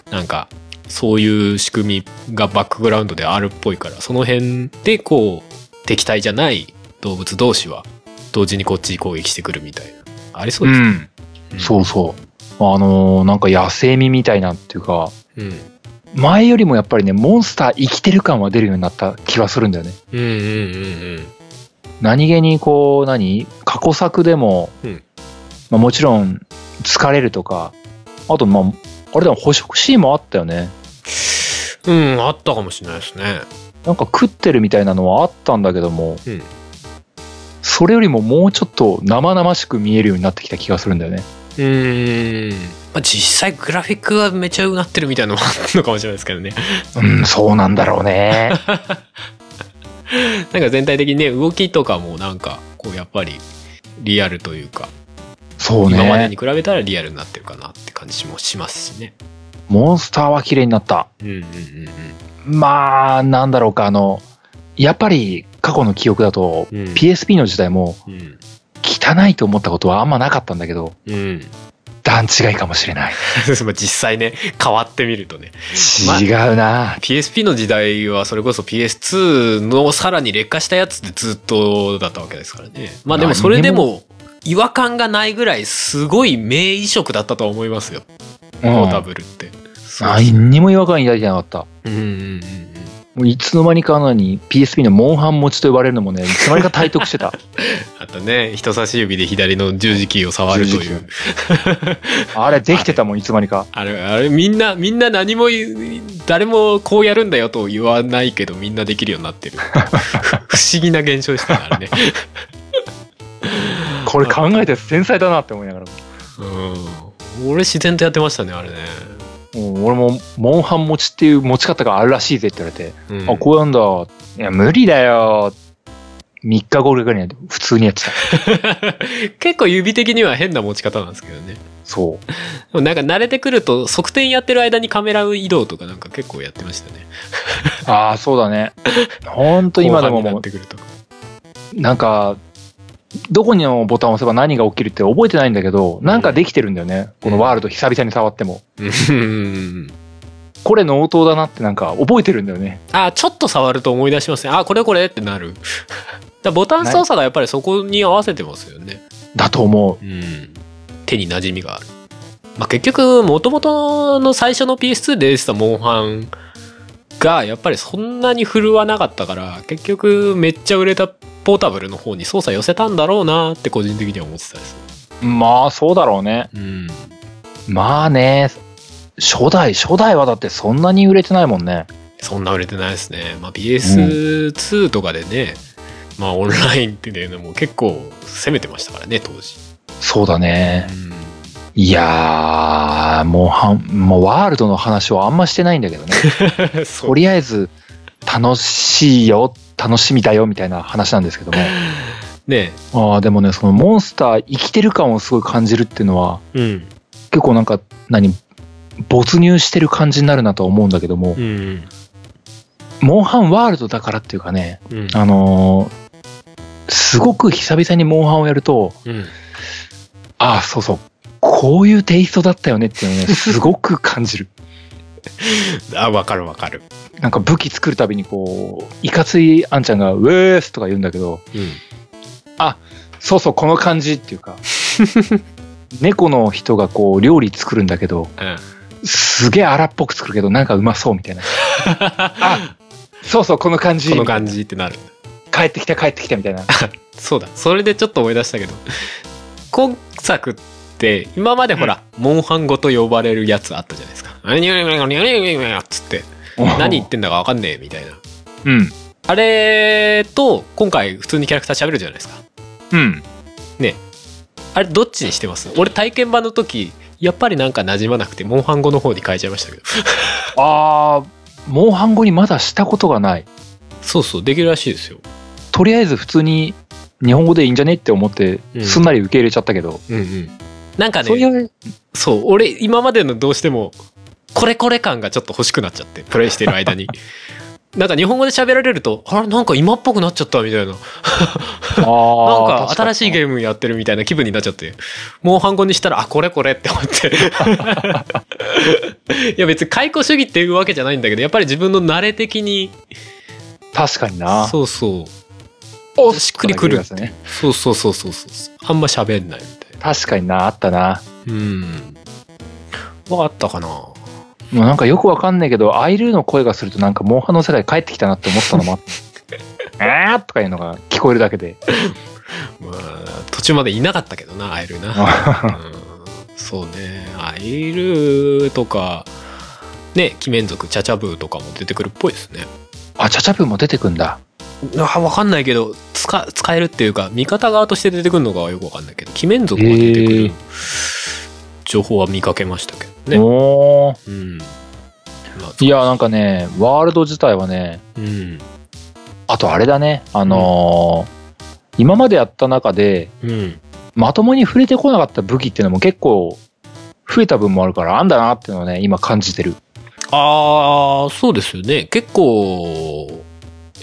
[SPEAKER 2] なんかそういう仕組みがバックグラウンドであるっぽいからその辺でこう敵対じゃない動物同士は同時にこっちに攻撃してくるみたいなありそう
[SPEAKER 1] う
[SPEAKER 2] ですね、
[SPEAKER 1] んそうそうあのーなんか野生味みたいなっていうか
[SPEAKER 2] うん、うん
[SPEAKER 1] 前よりもやっぱりねモンスター生きてる感は出るようになった気はするんだよね
[SPEAKER 2] うんうんうんうん
[SPEAKER 1] 何気にこう何過去作でも、
[SPEAKER 2] うん
[SPEAKER 1] まあ、もちろん疲れるとかあとまああれでも捕食シーンもあったよね
[SPEAKER 2] うんあったかもしれないですね
[SPEAKER 1] なんか食ってるみたいなのはあったんだけども、
[SPEAKER 2] うん
[SPEAKER 1] それよりももうちょっと生々しく見えるようになってきた気がするんだよね。
[SPEAKER 2] うん、まあ、実際グラフィックがめちゃうなってるみたいなのもあるのかもしれないですけどね
[SPEAKER 1] うん、そうなんだろう
[SPEAKER 2] (laughs)
[SPEAKER 1] ね。
[SPEAKER 2] なんか全体的にね動きとかもなんかこうやっぱりリアルというか
[SPEAKER 1] そう
[SPEAKER 2] 今までに
[SPEAKER 1] ね。
[SPEAKER 2] 比べたらリアルになってるかなって感じもしますしね
[SPEAKER 1] モンスターは綺麗になった。
[SPEAKER 2] うんうんうん
[SPEAKER 1] まあ、なんだろうか、あの、やっぱり過去の記憶だと、
[SPEAKER 2] うんうん
[SPEAKER 1] PSP の時代も
[SPEAKER 2] うん
[SPEAKER 1] 汚いと思ったことはあんまなかったんだけど、
[SPEAKER 2] うん (laughs)
[SPEAKER 1] 段違いかもしれない。
[SPEAKER 2] まあ実際ね変わってみるとね
[SPEAKER 1] 違うな。
[SPEAKER 2] PSP の時代はそれこそ PS2 のさらに劣化したやつでずっとだったわけですからねまあでもそれでも違和感がないぐらいすごい名移植だったとは思いますよポータブルって、そう
[SPEAKER 1] 何にも違和感抱いてなかった。
[SPEAKER 2] うんうんうん
[SPEAKER 1] もういつの間にかのに PSP のモンハン持ちと呼ばれるのもね、いつの間にか体得して
[SPEAKER 2] (laughs)
[SPEAKER 1] た。
[SPEAKER 2] あとね人差し指で左の十字キーを触ると
[SPEAKER 1] 十
[SPEAKER 2] い
[SPEAKER 1] 字
[SPEAKER 2] う
[SPEAKER 1] あれできてたもん、いつの間にか。
[SPEAKER 2] あれあれみんなみんな何も言う誰もこうやるんだよと言わないけどみんなできるように
[SPEAKER 1] (laughs)
[SPEAKER 2] なってる不思議な現象でしたからね
[SPEAKER 1] これ考えて繊細だなって思いながら。
[SPEAKER 2] うん俺自然とやってましたねあれね、
[SPEAKER 1] もう俺も、モンハン持ちっていう持ち方があるらしいぜって言われて、
[SPEAKER 2] うん
[SPEAKER 1] あ、こうやんだ。いや、無理だよ。3日後ぐらいには普通にやってた。
[SPEAKER 2] (laughs) 結構指的には変な持ち方なんですけどねで
[SPEAKER 1] そう。
[SPEAKER 2] もなんか慣れてくると側転やってる間にカメラ移動とかなんか結構やってましたね
[SPEAKER 1] ああ、そうだね。ほんと今でも
[SPEAKER 2] 後半にな
[SPEAKER 1] も
[SPEAKER 2] っ
[SPEAKER 1] う、
[SPEAKER 2] てくると
[SPEAKER 1] なんか、どこにのボタンを押せば何が起きるって覚えてないんだけど、なんかできてるんだよね。このワールド久々に触っても。
[SPEAKER 2] うん
[SPEAKER 1] これ納刀だなってなんか覚えてるんだよね。
[SPEAKER 2] あちょっと触ると思い出しますねあこれこれってなる (laughs) だからボタン操作がやっぱりそこに合わせてますよね
[SPEAKER 1] だと思う。
[SPEAKER 2] うん手に馴染みがある、まあ、結局もともとの最初の PS2 で出てたモンハンがやっぱりそんなに振るわなかったから結局めっちゃ売れたポータブルの方に操作寄せたんだろうなって個人的には思ってたです
[SPEAKER 1] まあ、そうだろうね。
[SPEAKER 2] うん
[SPEAKER 1] まあね、初代、初代はだってそんなに売れてないもんね。
[SPEAKER 2] そんな売れてないですね、まあ、PS2 とかでね、まあオンラインっていうのも結構攻めてましたからね当時、
[SPEAKER 1] そうだね。
[SPEAKER 2] う
[SPEAKER 1] いやー、もうはん、もうワールドの話をあんましてないんだけど (laughs) ね。
[SPEAKER 2] んそう
[SPEAKER 1] とりあえず、楽しいよ、楽しみだよ、みたいな話なんですけども。
[SPEAKER 2] ね
[SPEAKER 1] ああ、でもね、そのモンスター生きてる感をすごい感じるっていうのは、
[SPEAKER 2] うん
[SPEAKER 1] 結構なんか、何、没入してる感じになるなとは思うんだけども、
[SPEAKER 2] うん
[SPEAKER 1] モンハンワールドだからっていうかね、
[SPEAKER 2] うん
[SPEAKER 1] あのーすごく久々にモンハンをやると、
[SPEAKER 2] うん
[SPEAKER 1] ああ、そうそう、こういうテイストだったよねっていうのをね、すごく感じる。
[SPEAKER 2] あわかるわかる
[SPEAKER 1] なんか武器作るたびにこう、いかついあんちゃんが、ウェースとか言うんだけど、
[SPEAKER 2] うん
[SPEAKER 1] そうそう、この感じっていうか、猫の人がこう、料理作るんだけど、
[SPEAKER 2] (laughs) うん
[SPEAKER 1] すげえ荒っぽく作るけど、なんかうまそうみたいな。あそうそう、この感じ。
[SPEAKER 2] この感じってなる
[SPEAKER 1] 帰ってきた、帰ってきたみたいな。
[SPEAKER 2] そうだそれでちょっと思い出したけど今作って今までほら、モンハン語と呼ばれるやつあったじゃないですか「何々何々何々っつって (laughs) 何言ってんだか分かんねえみたいな
[SPEAKER 1] うん。
[SPEAKER 2] あれと今回普通にキャラクター喋るじゃないですか
[SPEAKER 1] うん。
[SPEAKER 2] あれどっちにしてます俺体験版の時やっぱりなんか馴染まなくてモンハン語の方に変えちゃいましたけど
[SPEAKER 1] あー、モンハン語にまだしたことがない。
[SPEAKER 2] そうそうできるらしいですよ
[SPEAKER 1] とりあえず普通に日本語でいいんじゃねって思って
[SPEAKER 2] う、ん
[SPEAKER 1] すんなり受け入れちゃったけど。
[SPEAKER 2] うんうんなんかね
[SPEAKER 1] そういう、
[SPEAKER 2] そう俺今までのどうしてもこれこれ感がちょっと欲しくなっちゃってプレイしてる間になんか日本語で喋られるとあれなんか今っぽくなっちゃったみたいな
[SPEAKER 1] あー
[SPEAKER 2] なんか新しい
[SPEAKER 1] ー
[SPEAKER 2] ゲームやってるみたいな気分になっちゃってもう半語にしたらあこれこれって思っていや別に解雇主義っていうわけじゃないんだけどやっぱり自分の慣れ的に
[SPEAKER 1] ム。確かにな。
[SPEAKER 2] そうそう
[SPEAKER 1] お
[SPEAKER 2] しっくりくる
[SPEAKER 1] そうだね
[SPEAKER 2] そうそうそうそうそうあんま喋んないみたい
[SPEAKER 1] 確かにな、あったな。
[SPEAKER 2] なうんわかったかな
[SPEAKER 1] もうなんかよくわかんないけど、アイルーの声がするとなんかモンハンの世界帰ってきたなって思 (laughs) ったのもあった。えーとかいうのが聞こえるだけで。
[SPEAKER 2] まあ途中までいなかったけどな会えるなうんそうねアイルとかね鬼面族チャチャブーとかも出てくるっぽいですね
[SPEAKER 1] あ、チャチャプも出てくんだ。
[SPEAKER 2] あわかんないけど使使えるっていうか味方側として出てくるのかはよくわかんないけど鬼面族が出てく
[SPEAKER 1] へ
[SPEAKER 2] る
[SPEAKER 1] え
[SPEAKER 2] 情報は見かけましたけどね
[SPEAKER 1] おー
[SPEAKER 2] うん、まあ
[SPEAKER 1] いや、なんかね、ワールド自体はね、
[SPEAKER 2] うん
[SPEAKER 1] あとあれだね、あのー今までやった中で、
[SPEAKER 2] うん
[SPEAKER 1] まともに触れてこなかった武器っていうのも結構増えた分もあるから、あんだなっていうのをね、今感じてる。
[SPEAKER 2] ああそうですよね結構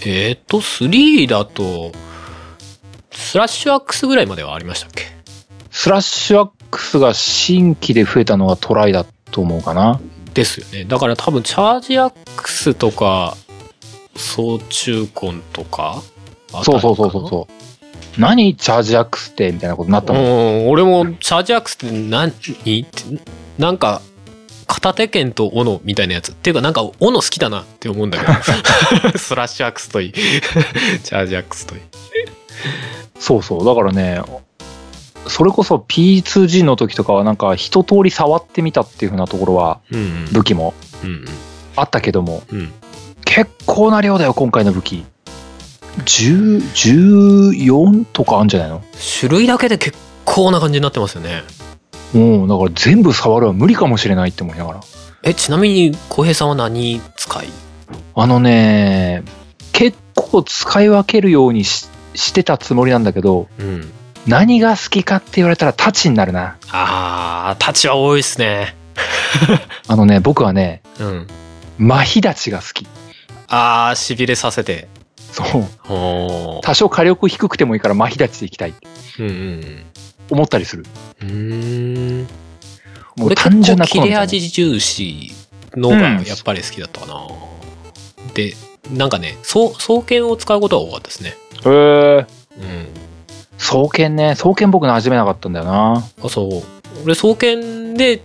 [SPEAKER 2] えっ、と3だとスラッシュアックスぐらいまではありましたっけ
[SPEAKER 1] スラッシュアッ X が新規で増えたのがトライだと思うかな。
[SPEAKER 2] ですよねだから多分チャージアックスとか総中根とか
[SPEAKER 1] そうそうそうそうそう。何チャージアックスってみたいなことになった
[SPEAKER 2] う
[SPEAKER 1] の、
[SPEAKER 2] ん俺もチャージアックスって何ってなんか片手剣と斧みたいなやつっていうかなんか斧好きだなって思うんだけ
[SPEAKER 1] (laughs)
[SPEAKER 2] どスラッシュアックスといいチャージアックスといい
[SPEAKER 1] そうそう。だからね、それこそ P2G の時とかはなんか一通り触ってみたっていうふうなところは
[SPEAKER 2] うん
[SPEAKER 1] 武器も
[SPEAKER 2] うん
[SPEAKER 1] あったけども、
[SPEAKER 2] うんうん
[SPEAKER 1] 結構な量だよ、今回の武器。10 14とかあるんじゃないの
[SPEAKER 2] 種類だけで結構な感じになってますよね
[SPEAKER 1] もうだから全部触るは無理かもしれないって思いながら。
[SPEAKER 2] えちなみに浩平さんは何使い
[SPEAKER 1] あのね、結構使い分けるようにししてたつもりなんだけど、
[SPEAKER 2] うん
[SPEAKER 1] 何が好きかって言われたらタチになるな。
[SPEAKER 2] あー立ちは多いっすね
[SPEAKER 1] あのね、僕はね、
[SPEAKER 2] うん
[SPEAKER 1] マヒダチが好き。
[SPEAKER 2] あーしびれさせて
[SPEAKER 1] そう。
[SPEAKER 2] おー
[SPEAKER 1] 多少火力低くてもいいからマヒダチでいきたいって
[SPEAKER 2] うんうん
[SPEAKER 1] 思ったりする。
[SPEAKER 2] うんうーん
[SPEAKER 1] もう
[SPEAKER 2] 俺
[SPEAKER 1] 単純な
[SPEAKER 2] 結構
[SPEAKER 1] 好
[SPEAKER 2] 切
[SPEAKER 1] み
[SPEAKER 2] れ
[SPEAKER 1] だね
[SPEAKER 2] 味重視のが
[SPEAKER 1] うん
[SPEAKER 2] やっぱり好きだったかな、でなんかねそう双剣を使うことが多かったですね
[SPEAKER 1] へー。
[SPEAKER 2] うん
[SPEAKER 1] 双剣ね。双剣僕馴染めなかったんだよな。
[SPEAKER 2] あそう俺双剣で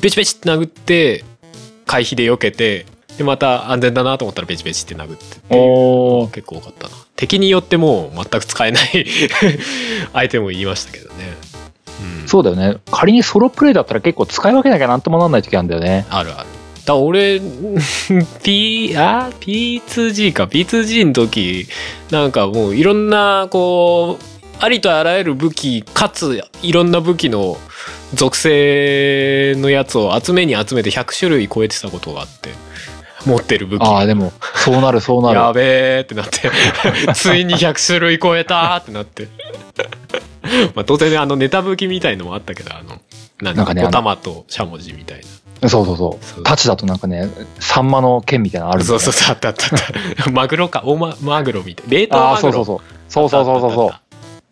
[SPEAKER 2] ベチベチって殴って回避で避けてでまた安全だなと思ったらベチベチって殴ってっていう
[SPEAKER 1] お
[SPEAKER 2] 結構多かったな敵によってもう全く使えない (laughs) 相手も言いましたけどね、うん、
[SPEAKER 1] そうだよね。仮にソロプレイだったら結構使い分けなきゃなんともなんない時あるんだよね。
[SPEAKER 2] あるある。だから俺、P、あ ?P2G か。P2G の時、なんかもういろんな、こう、ありとあらゆる武器、かついろんな武器の属性のやつを集めに集めて100種類超えてたことがあって、持ってる武器。
[SPEAKER 1] ああ、でも、そうなる、そう
[SPEAKER 2] (laughs)
[SPEAKER 1] なる。
[SPEAKER 2] やべえってなって、 (laughs) ついに100種類超えたってなって。 (laughs) まあ当然ね、あのネタ武器みたいのもあったけど、あの、なん
[SPEAKER 1] なんか
[SPEAKER 2] か
[SPEAKER 1] ねあ
[SPEAKER 2] お
[SPEAKER 1] の
[SPEAKER 2] 玉としゃもじみたいな。
[SPEAKER 1] そうそうそ
[SPEAKER 2] そう
[SPEAKER 1] う。タチだとなんかね、サンマの剣みたいなのあるんだ
[SPEAKER 2] そ
[SPEAKER 1] よ
[SPEAKER 2] う
[SPEAKER 1] ね
[SPEAKER 2] そうそう、あったあったあ
[SPEAKER 1] (laughs)
[SPEAKER 2] った。マグロか、大ママグロみたい。冷凍
[SPEAKER 1] ああ、
[SPEAKER 2] マ
[SPEAKER 1] そ
[SPEAKER 2] グ
[SPEAKER 1] うそう
[SPEAKER 2] ロ。
[SPEAKER 1] そう。そうそうそうそうそ
[SPEAKER 2] あったあっ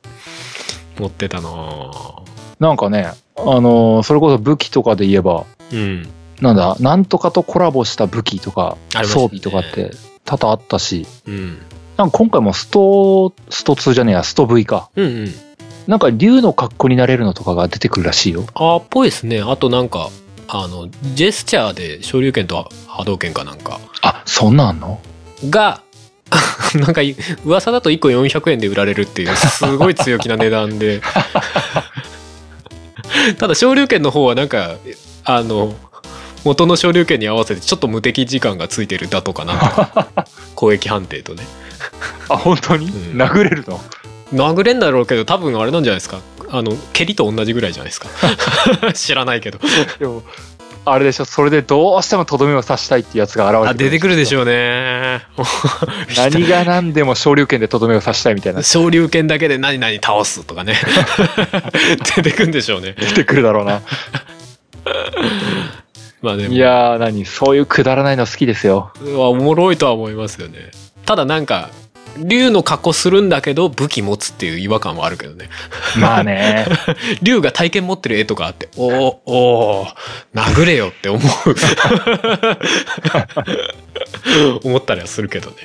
[SPEAKER 2] た持ってたなぁ
[SPEAKER 1] う。なんかね、あのーそれこそ武器とかで言えば、
[SPEAKER 2] うん。
[SPEAKER 1] なんだ、なんとかとコラボした武器とか、
[SPEAKER 2] ありましたね
[SPEAKER 1] 装備とかって多々あったし、
[SPEAKER 2] うん。
[SPEAKER 1] なんか今回もスト、スト2じゃねえや、スト V か。
[SPEAKER 2] うんうん。
[SPEAKER 1] なんか竜の格好になれるのとかが出てくるらしいよ。
[SPEAKER 2] あーっぽいですね。あとなんか、あの、ジェスチャーで昇竜拳と波動拳かなんか
[SPEAKER 1] あ、そんなんあんの
[SPEAKER 2] が、 (laughs) なんかい噂だと1個400円で売られるっていうすごい強気な値段で (laughs) ただ昇竜拳の方はなんかあの元の昇竜拳に合わせてちょっと無敵時間がついてるだとかな (laughs) と攻撃判定とね
[SPEAKER 1] あ、本当に
[SPEAKER 2] うん
[SPEAKER 1] 殴れるの
[SPEAKER 2] 殴れんだろうけど多分あれなんじゃないですかあの蹴りと同じぐらいじゃないですか (laughs) 知らないけど
[SPEAKER 1] でも、あれでしょ、それでどうしてもとどめを刺したいってやつが現
[SPEAKER 2] あ
[SPEAKER 1] れて
[SPEAKER 2] 出てくるでし
[SPEAKER 1] ょ。
[SPEAKER 2] ょう (laughs) ね
[SPEAKER 1] 何が何でも昇竜拳でとどめを刺したいみたいな。
[SPEAKER 2] 昇竜拳だけで何々倒すとか (laughs) ね出てくんでしょうね
[SPEAKER 1] 出てくるだろうな。
[SPEAKER 2] まあでも
[SPEAKER 1] いやー、何そういうくだらないの好きですよ。
[SPEAKER 2] はおもろいとは思いますよねただなんか竜の格好するんだけど武器持つっていう違和感はあるけどね
[SPEAKER 1] まあね。
[SPEAKER 2] 竜が体験持ってる絵とかあっておーおー殴れよって思う (laughs) 思ったりはするけどね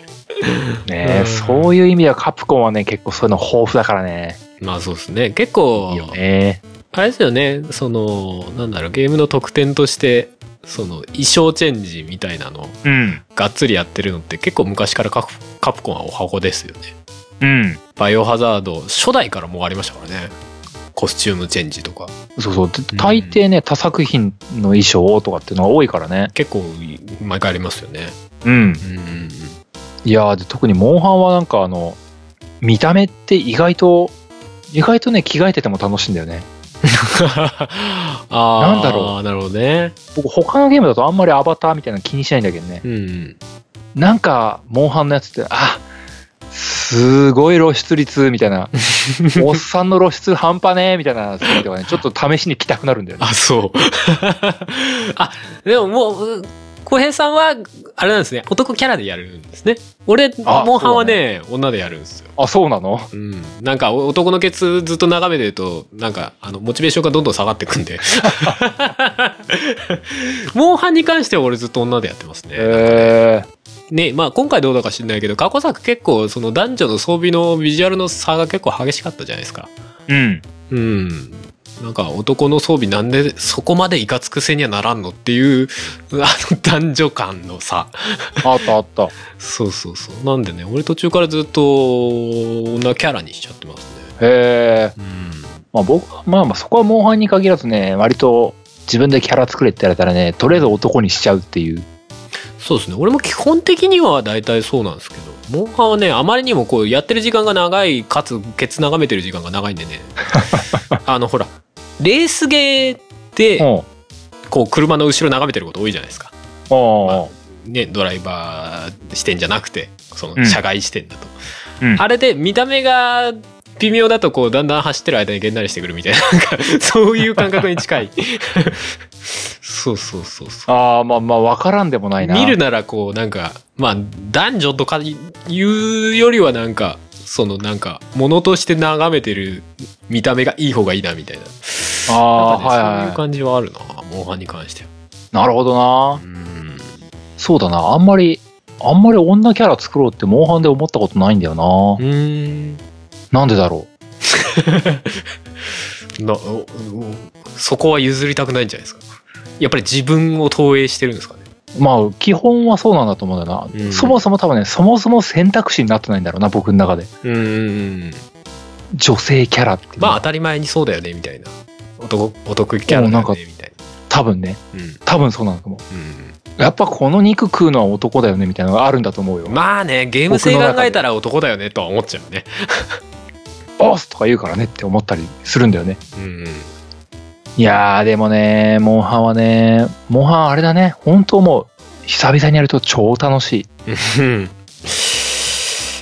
[SPEAKER 1] ね
[SPEAKER 2] うん
[SPEAKER 1] そういう意味ではカプコンはね、結構そういうの豊富だからね。
[SPEAKER 2] まあそうですね結構
[SPEAKER 1] いいよね。
[SPEAKER 2] あれですよねそのなんだろうゲームの特典としてその衣装チェンジみたいなの
[SPEAKER 1] うん。
[SPEAKER 2] がっつりやってるのって結構昔からカプカプコンはお箱ですよね
[SPEAKER 1] うん。
[SPEAKER 2] バイオハザード初代からもうありましたからねコスチュームチェンジとか
[SPEAKER 1] そうそう。大抵ね、他作品の衣装とかっていうのが多いからね。
[SPEAKER 2] 結構毎回ありますよね
[SPEAKER 1] うん。
[SPEAKER 2] うんうんうん (laughs)
[SPEAKER 1] いやー、で特にモンハンはなんかあの、見た目って意外と、意外とね、着替えてても楽しいんだよね。
[SPEAKER 2] ああ
[SPEAKER 1] なんだろ
[SPEAKER 2] うなるほどね
[SPEAKER 1] 僕、他のゲームだとあんまりアバターみたいなの気にしないんだけどね。
[SPEAKER 2] うんうん
[SPEAKER 1] なんか、モンハンのやつって、あすごい露出率みたい
[SPEAKER 2] (laughs)
[SPEAKER 1] な、おっさんの露出半端ねえみたいな、そういうのと
[SPEAKER 2] (laughs)
[SPEAKER 1] かね、ちょっと試しに着たくなるんだよね。
[SPEAKER 2] あそうあでももうう浩平さんは、あれなんですね、男キャラでやるんですね。俺、
[SPEAKER 1] あ
[SPEAKER 2] モンハンはね、女でやるんですよ。
[SPEAKER 1] あ、そうなの
[SPEAKER 2] うん。なんか、お男のケツずっと眺めてると、なんか、あの、モチベーションがどんどん下がってくんで。 (laughs) モンハンに関しては俺ずっと女でやってますね。
[SPEAKER 1] えー、
[SPEAKER 2] ねまあ今回どうだか知んないけど過去作結構その男女の装備のビジュアルの差が結構激しかったじゃないですか
[SPEAKER 1] うん。
[SPEAKER 2] うんなんか男の装備なんでそこまでいかつくせにはならんのっていう (laughs) あの男女間の差
[SPEAKER 1] あったあった。
[SPEAKER 2] そうそうそうなんでね俺途中からずっと女キャラにしちゃってますね
[SPEAKER 1] えー、
[SPEAKER 2] う
[SPEAKER 1] まあ僕、まあまあそこはモンハンに限らずね、割と自分でキャラ作れって言われたらね、とりあえず男にしちゃうっていう。
[SPEAKER 2] んそうですね俺も基本的には大体そうなんですけどモンハンはねあまりにもこうやってる時間が長いかつケツ眺めてる時間が長いんで
[SPEAKER 1] (laughs)
[SPEAKER 2] ねあのほらレースゲーで、
[SPEAKER 1] うん。うん
[SPEAKER 2] こう車の後ろ眺めてること多いじゃないですか、
[SPEAKER 1] うん
[SPEAKER 2] ね、ドライバー視点じゃなくてそうの
[SPEAKER 1] ん
[SPEAKER 2] 社外視点だと、
[SPEAKER 1] うん
[SPEAKER 2] あれで見た目が微妙だとこうだんだん走ってる間にげんなりしてくるみたいななんかそういう感覚に
[SPEAKER 1] (laughs)
[SPEAKER 2] 近いそうそうそうそう
[SPEAKER 1] ああ、まあまあ、わからんでもないな。
[SPEAKER 2] 見るならこうなんかまあ男女とかいうよりはなんかそのなんか物として眺めてる見た目がいい方がいいなみたいな
[SPEAKER 1] ああ
[SPEAKER 2] なん
[SPEAKER 1] ー、
[SPEAKER 2] かね
[SPEAKER 1] はい
[SPEAKER 2] そういう
[SPEAKER 1] はい。
[SPEAKER 2] 感じはあるなモンハンに関しては
[SPEAKER 1] なるほどな
[SPEAKER 2] う。ん
[SPEAKER 1] そうだな。あんまり、あんまり女キャラ作ろうってモンハンで思ったことないんだよ
[SPEAKER 2] う
[SPEAKER 1] な。
[SPEAKER 2] ん
[SPEAKER 1] なんでだろ
[SPEAKER 2] なおおそこは譲りたくないんじゃないですかやっぱり自分を投影してるんですかね
[SPEAKER 1] う。まあ、基本はそうなんだと思うんだよな。
[SPEAKER 2] うん
[SPEAKER 1] そもそも多分ね、そもそも選択肢になってないんだろうな、僕の中で。
[SPEAKER 2] うんうんうん
[SPEAKER 1] 女性キャラっていうの
[SPEAKER 2] まあ
[SPEAKER 1] は。
[SPEAKER 2] 当たり前にそうだよねみたいな男お得キャラだ
[SPEAKER 1] もうなん
[SPEAKER 2] よ
[SPEAKER 1] か
[SPEAKER 2] ねみたいな
[SPEAKER 1] 多分ね、
[SPEAKER 2] うん
[SPEAKER 1] 多分そうなのかも。
[SPEAKER 2] う
[SPEAKER 1] やっぱこの肉食うのは男だよね、みたいなのがあるんだと思うよ
[SPEAKER 2] ん、。まあねゲーム性考えたら男だよねとは思っちゃうね
[SPEAKER 1] ボスとか言うからねって思ったりするんだよね。
[SPEAKER 2] うん
[SPEAKER 1] いやー、でもね、モンハンはね、モンハンあれだね、本当もう、久々にやると超楽しい。
[SPEAKER 2] うん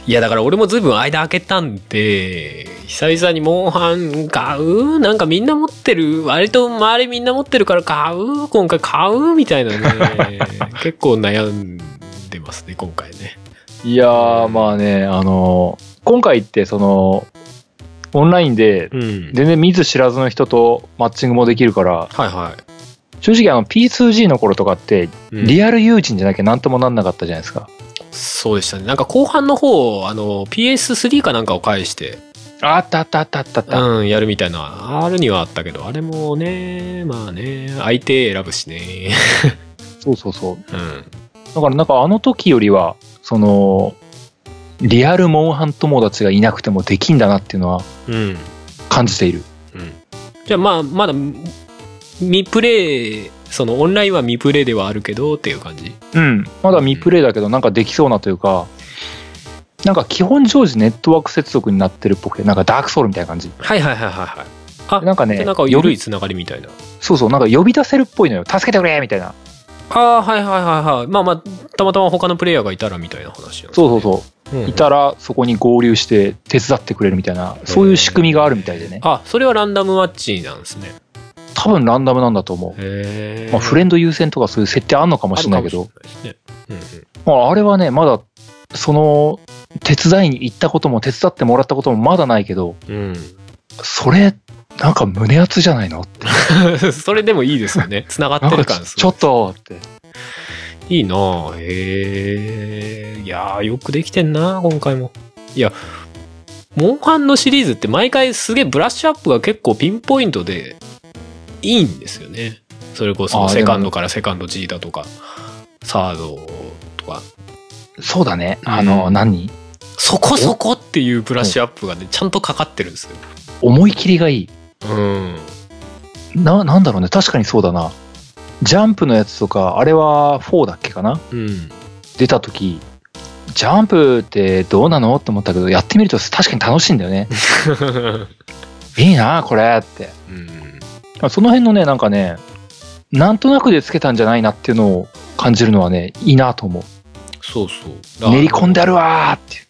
[SPEAKER 2] いやだから俺もずいぶん間開けたんで久々にモンハン買うなんかみんな持ってる割と周りみんな持ってるから買う今回買うみたいな (laughs) ね結構悩んでますね今回ね
[SPEAKER 1] いやー、まあね、あのー今回って、その、オンラインで、
[SPEAKER 2] うん
[SPEAKER 1] 全然見ず知らずの人とマッチングもできるから、
[SPEAKER 2] はいは
[SPEAKER 1] 正直あの P2G の頃とかって、
[SPEAKER 2] い、うん
[SPEAKER 1] リアル友人じゃなきゃなんともなんなかったじゃないですか。
[SPEAKER 2] そうでしたねなんか後半の方あの PS3 かなんかを介して
[SPEAKER 1] あったあったあったあったあった。
[SPEAKER 2] うんやるみたいなあるにはあったけどあれもねまあね相手選ぶしね (laughs)
[SPEAKER 1] そうそうそう。
[SPEAKER 2] うん
[SPEAKER 1] だからなんかあの時よりは、その、リアルモンハン友達がいなくてもできんだなっていうのは
[SPEAKER 2] うん
[SPEAKER 1] 感じている。
[SPEAKER 2] うんじゃあまあまだ未プレイそのオンラインは未プレイではあるけどっていう感じ
[SPEAKER 1] うん。まだ未プレイだけど、なんかできそうなというか、なんか基本常時ネットワーク接続になってるっぽくて、なんかダークソウルみたいな感じ。
[SPEAKER 2] はいはいはいはいはいあ
[SPEAKER 1] なんかね、
[SPEAKER 2] なんか
[SPEAKER 1] 呼
[SPEAKER 2] 緩い
[SPEAKER 1] び
[SPEAKER 2] つながりみたいな
[SPEAKER 1] そうそう、なんか呼び出せるっぽいのよ。助けてくれみたいな。
[SPEAKER 2] ああはいはいはいはいまあまあたまたま他のプレイヤーがいたらみたいな話なんです
[SPEAKER 1] そうそうそ
[SPEAKER 2] うん
[SPEAKER 1] う。いたら、そこに合流して手伝ってくれるみたいな、そういう仕組みがあるみたいでね。
[SPEAKER 2] あそれはランダムマッチなんですね
[SPEAKER 1] 多分ランダムなんだと思う。
[SPEAKER 2] へえ、
[SPEAKER 1] まあ、フレンド優先とかそういう設定あんのかも
[SPEAKER 2] あ
[SPEAKER 1] し
[SPEAKER 2] る
[SPEAKER 1] れな
[SPEAKER 2] か
[SPEAKER 1] い
[SPEAKER 2] も
[SPEAKER 1] け
[SPEAKER 2] しれ
[SPEAKER 1] ど、
[SPEAKER 2] ないですねうんうん
[SPEAKER 1] まあ、あれはね、まだ、その、手伝いに行ったことも手伝ってもらったこともまだないけど、
[SPEAKER 2] う
[SPEAKER 1] それ、なんか胸熱じゃないのって。
[SPEAKER 2] ん、 (laughs) それでもいいですよね。つながっ
[SPEAKER 1] な
[SPEAKER 2] て
[SPEAKER 1] ん
[SPEAKER 2] る
[SPEAKER 1] か
[SPEAKER 2] 感
[SPEAKER 1] ちちょっとって。
[SPEAKER 2] いいなあへえ。いやあよくできてんな今回も。いや、モンハンのシリーズって毎回すげえブラッシュアップが結構ピンポイントでいいんですよね。それこそ
[SPEAKER 1] あー
[SPEAKER 2] セカンドからセカンド G だとか、サードとか、
[SPEAKER 1] そうだね。あ
[SPEAKER 2] う
[SPEAKER 1] の、
[SPEAKER 2] ん
[SPEAKER 1] 何
[SPEAKER 2] そこそこっていうブラッシュアップがね、ちゃんとかかってるんですよ。
[SPEAKER 1] 思い切りがいい。
[SPEAKER 2] うん。
[SPEAKER 1] な、なんだろうね。確かにそうだな。ジャンプのやつとか、あれは4だっけかな
[SPEAKER 2] うん。
[SPEAKER 1] 出た時、ジャンプってどうなのって思ったけど、やってみると確かに楽しいんだよ
[SPEAKER 2] (laughs)
[SPEAKER 1] ね。いいなこれって。
[SPEAKER 2] うん
[SPEAKER 1] その辺のね、なんかね、なんとなくでつけたんじゃないなっていうのを感じるのはね、いいなと思
[SPEAKER 2] そうそう。
[SPEAKER 1] う。練り込んであるわーっていう。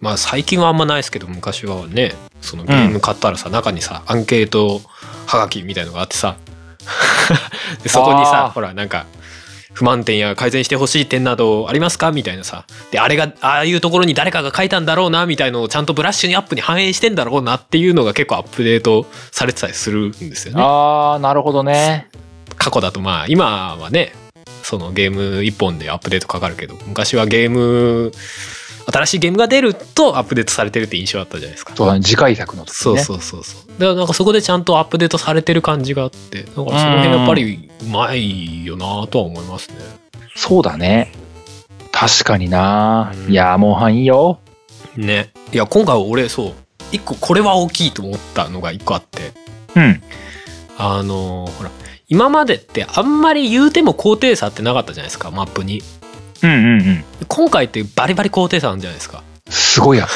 [SPEAKER 2] まあ最近はあんまないですけど昔はねそのゲーム買ったらさ、中にさアンケートはがきみたいのがあってさ (laughs) でそこに
[SPEAKER 1] あ
[SPEAKER 2] さ
[SPEAKER 1] ー
[SPEAKER 2] ほらなんか不満点や改善してほしい点などありますかみたいなさであれがああいうところに誰かが書いたんだろうなみたいのをちゃんとブラッシュにアップに反映してんだろうなっていうのが結構アップデートされてたりするんですよね。
[SPEAKER 1] ああ、なるほどね。
[SPEAKER 2] 過去だとまあ今はねそのゲーム1本でアップデートかかるけど昔はゲーム新しいゲームが出るとアップデートされてるって印象だったじゃないですか。
[SPEAKER 1] そうだね。次回作の時ね。
[SPEAKER 2] そうそうそうそう。だからなんかそこでちゃんとアップデートされてる感じがあって、だからその辺やっぱりうまいよなとは思いますね。
[SPEAKER 1] そうだね。確かにな。
[SPEAKER 2] うん
[SPEAKER 1] いやー、モンハンいいよ。
[SPEAKER 2] ね。いや、今回俺そう、一個これは大きいと思ったのが一個あって、
[SPEAKER 1] うん。
[SPEAKER 2] あのーほら、今までってあんまり言うても高低差ってなかったじゃないですか、マップに。
[SPEAKER 1] うんうんうん。
[SPEAKER 2] 今回ってバリバリ高低差あるんじゃないですか。
[SPEAKER 1] すごいや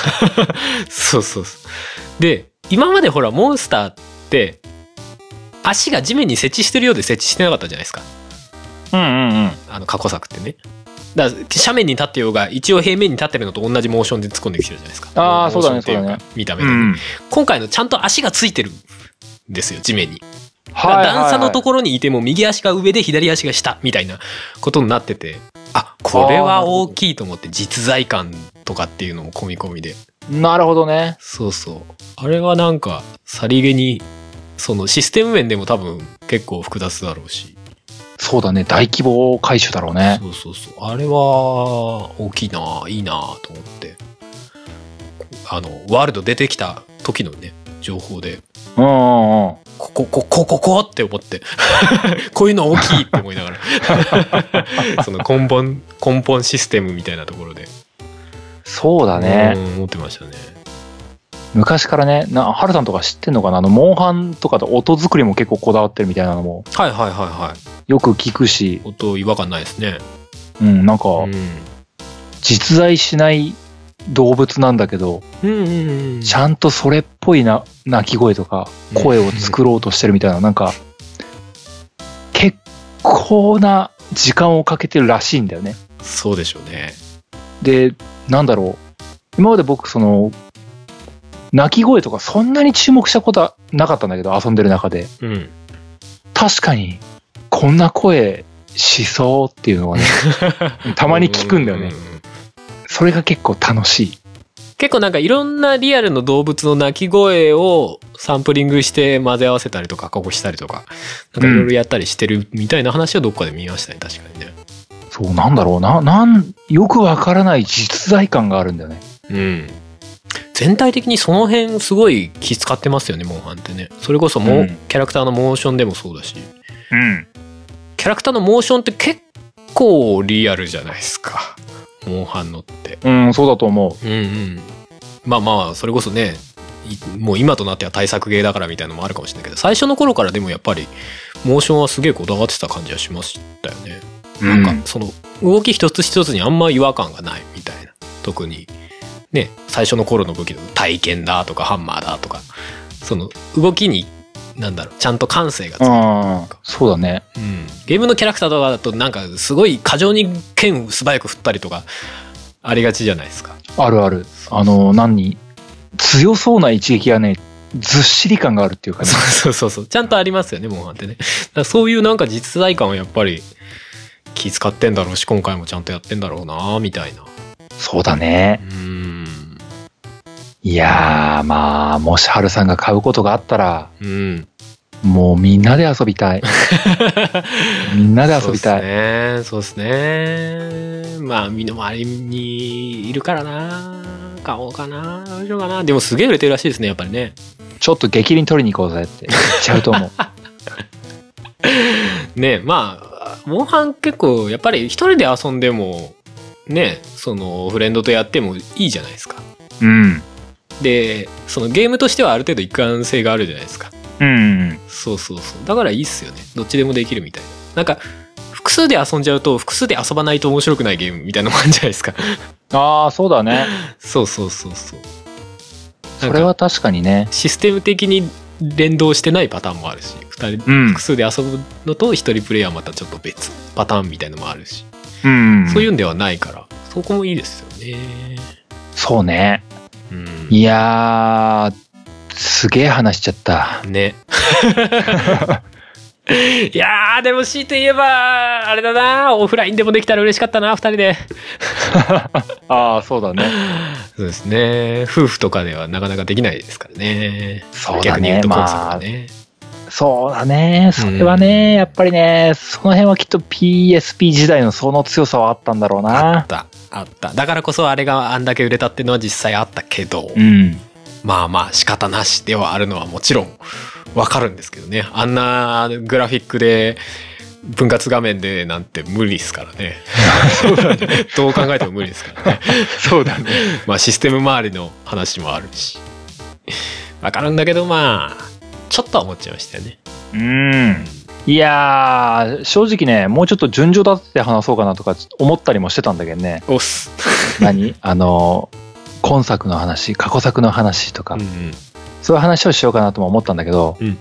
[SPEAKER 1] つ。
[SPEAKER 2] そうそうそう。で、今までほら、モンスターって、足が地面に設置してるようで設置してなかったじゃないですか。
[SPEAKER 1] うんうんうん。
[SPEAKER 2] あの過去作ってね。だから斜面に立ってようが一応平面に立ってるのと同じモーションで突っ込んできてるじゃないですか。
[SPEAKER 1] あー
[SPEAKER 2] モーションってい
[SPEAKER 1] そうだね
[SPEAKER 2] か見た目
[SPEAKER 1] う
[SPEAKER 2] で、
[SPEAKER 1] ん。
[SPEAKER 2] 今回のちゃんと足がついてるんですよ地面に。
[SPEAKER 1] は
[SPEAKER 2] だから段差のと
[SPEAKER 1] こ。
[SPEAKER 2] ころにいても右足が上で左足が下みたいなことになっててあこれは大きいと思って実在感とかっていうのも込み込みで
[SPEAKER 1] なるほどね。
[SPEAKER 2] そうそうあれはなんかさりげにそのシステム面でも多分結構複雑だろうし
[SPEAKER 1] そうだね。大規模回収だろうね。
[SPEAKER 2] そうそうそう。あれは、大きいな、いいなと思って。あの、ワールド出てきた時のね、情報で、
[SPEAKER 1] うんうんうん。
[SPEAKER 2] ここ、ここ、ここって思って、 (laughs) こういうの大きいって思いながら、 (laughs) その根本、根本システムみたいなところで、
[SPEAKER 1] そうだね。
[SPEAKER 2] うん思ってましたね。
[SPEAKER 1] 昔からね、な、ハルさんとか知ってんのかなあの、モンハンとかと音作りも結構こだわってるみたいなのも
[SPEAKER 2] はいはいはいはい。
[SPEAKER 1] よく聞くし、
[SPEAKER 2] 音違和感ないですね。
[SPEAKER 1] うん、なんか、
[SPEAKER 2] うん。
[SPEAKER 1] 実在しない動物なんだけど、
[SPEAKER 2] うんうんうん。
[SPEAKER 1] ちゃんとそれっぽいな鳴き声とか
[SPEAKER 2] うん
[SPEAKER 1] 声を作ろうとしてるみたいな、なんか結構な時間をかけてるらしいんだよね。
[SPEAKER 2] そうでしょうね。
[SPEAKER 1] で、なんだろう。今まで僕、その、鳴き声とかそんなに注目したことはなかったんだけど、遊んでる中で。
[SPEAKER 2] うん。
[SPEAKER 1] 確かに、こんな声しそうっていうの (laughs) がね、たまに聞くんだよ
[SPEAKER 2] う
[SPEAKER 1] ね
[SPEAKER 2] う。うん
[SPEAKER 1] それが結構楽しい。
[SPEAKER 2] 結構なんかいろんなリアルの動物の鳴き声をサンプリングして混ぜ合わせたりとか加工したりとかなんかいろいろやったりしてるみたいな話はどっかで見ましたね確かにね
[SPEAKER 1] そう、なんだろうな、なん、よくわからない実在感があるんだよね。
[SPEAKER 2] うん全体的にその辺すごい気使ってますよねモンハンってねそれこそもう、
[SPEAKER 1] うん
[SPEAKER 2] キャラクターのモーションでもそうだし
[SPEAKER 1] うん。
[SPEAKER 2] キャラクターのモーションって結構リアルじゃないですかモンハンのって
[SPEAKER 1] うん、そうだと思う。
[SPEAKER 2] うんうんまあまあそれこそねいもう今となっては対策ゲーだからみたいのもあるかもしれないけど最初の頃からでもやっぱりモーションはすげえこだわってた感じはしましたよね、なんかその動き一つ一つにあんま違和感がないみたいな特にね最初の頃の武器の体験だとかハンマーだとかその動きになんだろうちゃんと感性がつく
[SPEAKER 1] ああ、そうだね。
[SPEAKER 2] うん、ゲームのキャラクターとかだとなんかすごい過剰に剣を素早く振ったりとかありがちじゃないですか
[SPEAKER 1] あるある。あの、何強そうな一撃がね、ずっしり感があるっていうかね。
[SPEAKER 2] (laughs) そうそうそうそう。ちゃんとありますよね、モンハンってね。だからそういうなんか実在感はやっぱり気使ってんだろうし、今回もちゃんとやってんだろうなみたいな。
[SPEAKER 1] そうだね
[SPEAKER 2] う。ん。
[SPEAKER 1] いやー、まあ、もし春さんが買うことがあったら、
[SPEAKER 2] うん。
[SPEAKER 1] もうみんなで遊び
[SPEAKER 2] (laughs)
[SPEAKER 1] たい。みんなで遊びたい。
[SPEAKER 2] い。そうですね。そうですね。まあ、身の回りにいるからな買おうかなどうしようかなでもすげえ売れてるらしいですね、やっぱりね。
[SPEAKER 1] ちょっと激に取りに行こうぜって言っちゃうと
[SPEAKER 2] (laughs)
[SPEAKER 1] 思う。
[SPEAKER 2] ねまあ、モンハン結構、やっぱり一人で遊んでも、ねその、フレンドとやってもいいじゃないですか。
[SPEAKER 1] うん。
[SPEAKER 2] でそのゲームとしてはある程度一貫性があるじゃないですか
[SPEAKER 1] うん。
[SPEAKER 2] そうそうそうだからいいっすよねどっちでもできるみたいななんか複数で遊んじゃうと複数で遊ばないと面白くないゲームみたいなのもあるじゃないですか (laughs)
[SPEAKER 1] ああ、そうだね。
[SPEAKER 2] そうそうそうそう
[SPEAKER 1] それ
[SPEAKER 2] なんか
[SPEAKER 1] は確かにね。
[SPEAKER 2] システム的に連動してないパターンもあるし2人
[SPEAKER 1] うん
[SPEAKER 2] 複。数で遊ぶのと1人プレイヤーはまたちょっと別パターンみたいのもあるし、
[SPEAKER 1] うん。
[SPEAKER 2] そうい
[SPEAKER 1] うん。
[SPEAKER 2] うんではないからそこもいいですよね
[SPEAKER 1] そうね。
[SPEAKER 2] うん
[SPEAKER 1] いやー、すげえ話しちゃった。
[SPEAKER 2] ね (laughs) いやー、でも強いて言えば、あれだな、オフラインでもできたら嬉しかったな、二人で。
[SPEAKER 1] ああ、そうだね。
[SPEAKER 2] そうですね。夫婦とかではなかなかできないですからね。
[SPEAKER 1] そうだね
[SPEAKER 2] 逆に言うと、
[SPEAKER 1] まあ
[SPEAKER 2] コウさんがね。
[SPEAKER 1] そうだね。それはね、やっぱりね、その辺はきっと PSP 時代のその強さはあったんだろう
[SPEAKER 2] あっ
[SPEAKER 1] な。
[SPEAKER 2] た、あった。だからこそ、あれがあんだけ売れたっていうのは実際あったけど、
[SPEAKER 1] うん。
[SPEAKER 2] まあまあ、仕方なしではあるのはもちろん、わかるんですけどね。あんなグラフィックで、分割画面でなんて無理ですから (laughs) ね。どう考えても無理ですから (laughs) ね。
[SPEAKER 1] そうだね。
[SPEAKER 2] まあシステム周りの話もあるし。わかるんだけどまあ、ちょっとは思っちゃいましたよね。
[SPEAKER 1] うん。いやー、正直ね、もうちょっと順序立てて話そうかなとか思ったりもしてたんだけど (laughs) ね。
[SPEAKER 2] おっす。
[SPEAKER 1] 何あの、今作の話、過去作の話とか、
[SPEAKER 2] うんうん
[SPEAKER 1] そういう話をしようかなとも思ったんだけど、
[SPEAKER 2] うん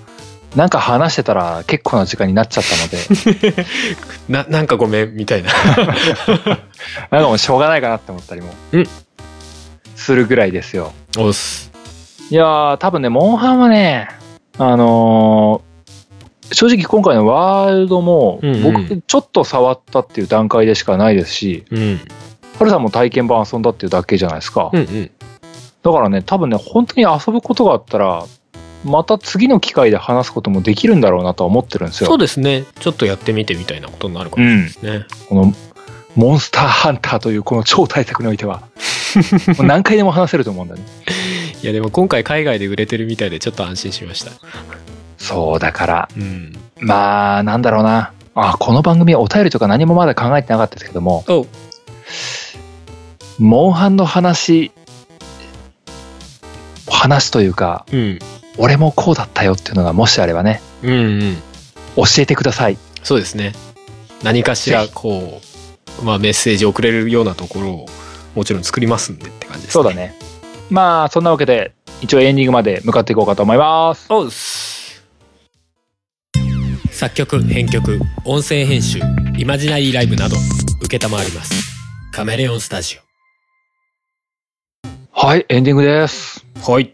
[SPEAKER 1] なんか話してたら結構な時間になっちゃったので、 (laughs)
[SPEAKER 2] な、なんかごめん、みたいな。
[SPEAKER 1] なんかもうしょうがないかなって思ったりも
[SPEAKER 2] うん、
[SPEAKER 1] するぐらいですよ。
[SPEAKER 2] (laughs) おっす。
[SPEAKER 1] いやー、多分ね、モンハンはね、あのー正直今回のワールドも、
[SPEAKER 2] うんうん
[SPEAKER 1] 僕、ちょっと触ったっていう段階でしかないですし、
[SPEAKER 2] うん。
[SPEAKER 1] ハルさんも体験版遊んだっていうだけじゃないですか。
[SPEAKER 2] うんうん。
[SPEAKER 1] だからね、多分ね、本当に遊ぶことがあったら、また次の機会で話すこともできるんだろうなとは思ってるんですよ。
[SPEAKER 2] そうですね。ちょっとやってみてみたいなことになるかもしれないですね。
[SPEAKER 1] この、モンスターハンターというこの超大作におい
[SPEAKER 2] (laughs)
[SPEAKER 1] ては、もう何回でも話せると思うんだね。
[SPEAKER 2] いやでも今回海外で売れてるみたいでちょっと安心しました。
[SPEAKER 1] そう、だから、
[SPEAKER 2] うん。
[SPEAKER 1] まあ、なんだろうな。あ、この番組はお便りとか何もまだ考えてなかったですけども、
[SPEAKER 2] お
[SPEAKER 1] モンハンの話、話というか、
[SPEAKER 2] うん。
[SPEAKER 1] 俺もこうだったよっていうのがもしあればね、
[SPEAKER 2] うんうん。
[SPEAKER 1] 教えてください。
[SPEAKER 2] そうですね。何かしらこう、まあメッセージをくれるようなところをもちろん作りますんでって感じですね。
[SPEAKER 1] そうだ。ね。まあ、そんなわけで、一応エンディングまで向かっていこうかと思います。
[SPEAKER 2] おうっす作曲編曲音声編集イマジナリーライブなど承りますカメレオンスタジ
[SPEAKER 1] はい、エンディングです。
[SPEAKER 2] オはい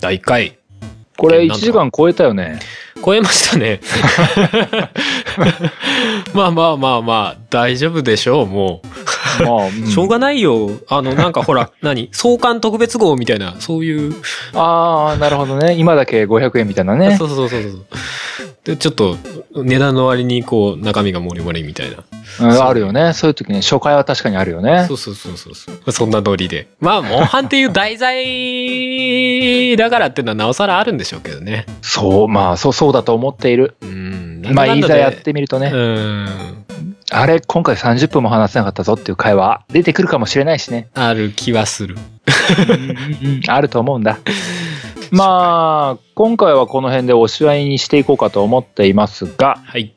[SPEAKER 2] 第1回
[SPEAKER 1] これ
[SPEAKER 2] え
[SPEAKER 1] 1時間超えたよ
[SPEAKER 2] (laughs)
[SPEAKER 1] ね。
[SPEAKER 2] 超えました (laughs) ねまあまあまあまあ大丈夫でしょうも
[SPEAKER 1] まあ、
[SPEAKER 2] う、しょう
[SPEAKER 1] が
[SPEAKER 2] がないよあのなんか
[SPEAKER 1] (laughs)
[SPEAKER 2] ほら何創刊特別号みたいなそういう
[SPEAKER 1] ああ、なるほどね。今だけ500円みたいなね
[SPEAKER 2] そ。うそうそうそうそうでちょっと値段の割にこう中身がモリモリみたいな
[SPEAKER 1] うんあるよね。そういう時ね、初回は確かにあるよね
[SPEAKER 2] そ。うそうそうそうそう。そんなノリで。まあ、モンハンっていう題材だからっていうのはなおさらあるんでしょうけどね。
[SPEAKER 1] そう、まあ、そう、そうだと思っている。
[SPEAKER 2] うん。
[SPEAKER 1] まあ、いざやっ
[SPEAKER 2] ね。
[SPEAKER 1] てみるとね、
[SPEAKER 2] うん。
[SPEAKER 1] あれ、今回30分も話せなかったぞっていう会話、出てくるかもしれないしね。
[SPEAKER 2] ある気はする。
[SPEAKER 1] あると思うん (laughs) だ。まあ、今回はこの辺でおしまいにしていこうかと思っていますが、
[SPEAKER 2] はい。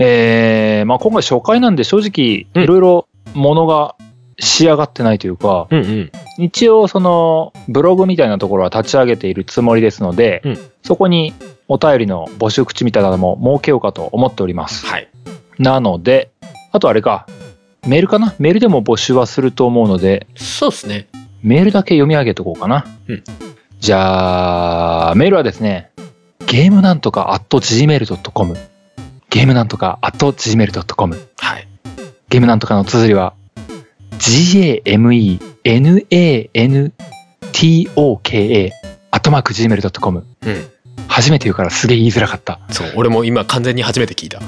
[SPEAKER 1] えー、まあ今回初回なんで正
[SPEAKER 2] うん
[SPEAKER 1] 直、いろいろものが仕上がってないというか、
[SPEAKER 2] うんうん。
[SPEAKER 1] 一応そのブログみたいなところは立ち上げているつもりですので、
[SPEAKER 2] うん
[SPEAKER 1] そこにお便りの募集口みたいなのも設けようかと思っております。
[SPEAKER 2] はい。
[SPEAKER 1] なので、あとあれか、メールかなメールでも募集はすると思うので、
[SPEAKER 2] そうですね。
[SPEAKER 1] メールだけ読み上げとこうかな。
[SPEAKER 2] うん
[SPEAKER 1] じゃあ、メールはですね、ゲームなんとか at gmail.com。ゲームなんとか at gmail.com。
[SPEAKER 2] はい。
[SPEAKER 1] ゲームなんとかの綴りは、g-a-m-e-n-a-n-t-o-k-a、アットマーク gmail.com。
[SPEAKER 2] うん。
[SPEAKER 1] 初めて言うからすげえ言いづらかった。
[SPEAKER 2] そう。俺も今完全に初めて聞
[SPEAKER 1] (laughs)
[SPEAKER 2] いた。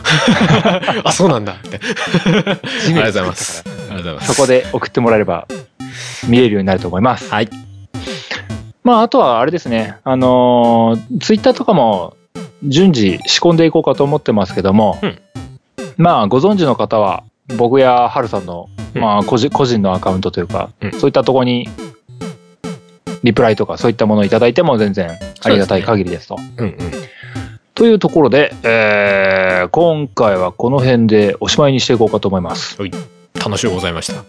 [SPEAKER 2] あ、そうなんだって。ありがとうございます。ありがとうございます。
[SPEAKER 1] そこで送ってもらえれば見れるようになると思います。
[SPEAKER 2] はい。
[SPEAKER 1] まあ、あとはあれですね、あのツイッター Twitter とかも順次仕込んでいこうかと思ってますけども、
[SPEAKER 2] うん
[SPEAKER 1] まあ、ご存知の方は、僕やハルさんの、
[SPEAKER 2] うん
[SPEAKER 1] まあ、個人個人のアカウントというか、
[SPEAKER 2] うん
[SPEAKER 1] そういったところに、リプライとかそういったものをいただいても全然ありがたい限りですと。
[SPEAKER 2] うんうん。
[SPEAKER 1] というところで、えー今回はこの辺でおしまいにしていこうかと思います。
[SPEAKER 2] 楽しゅうございました。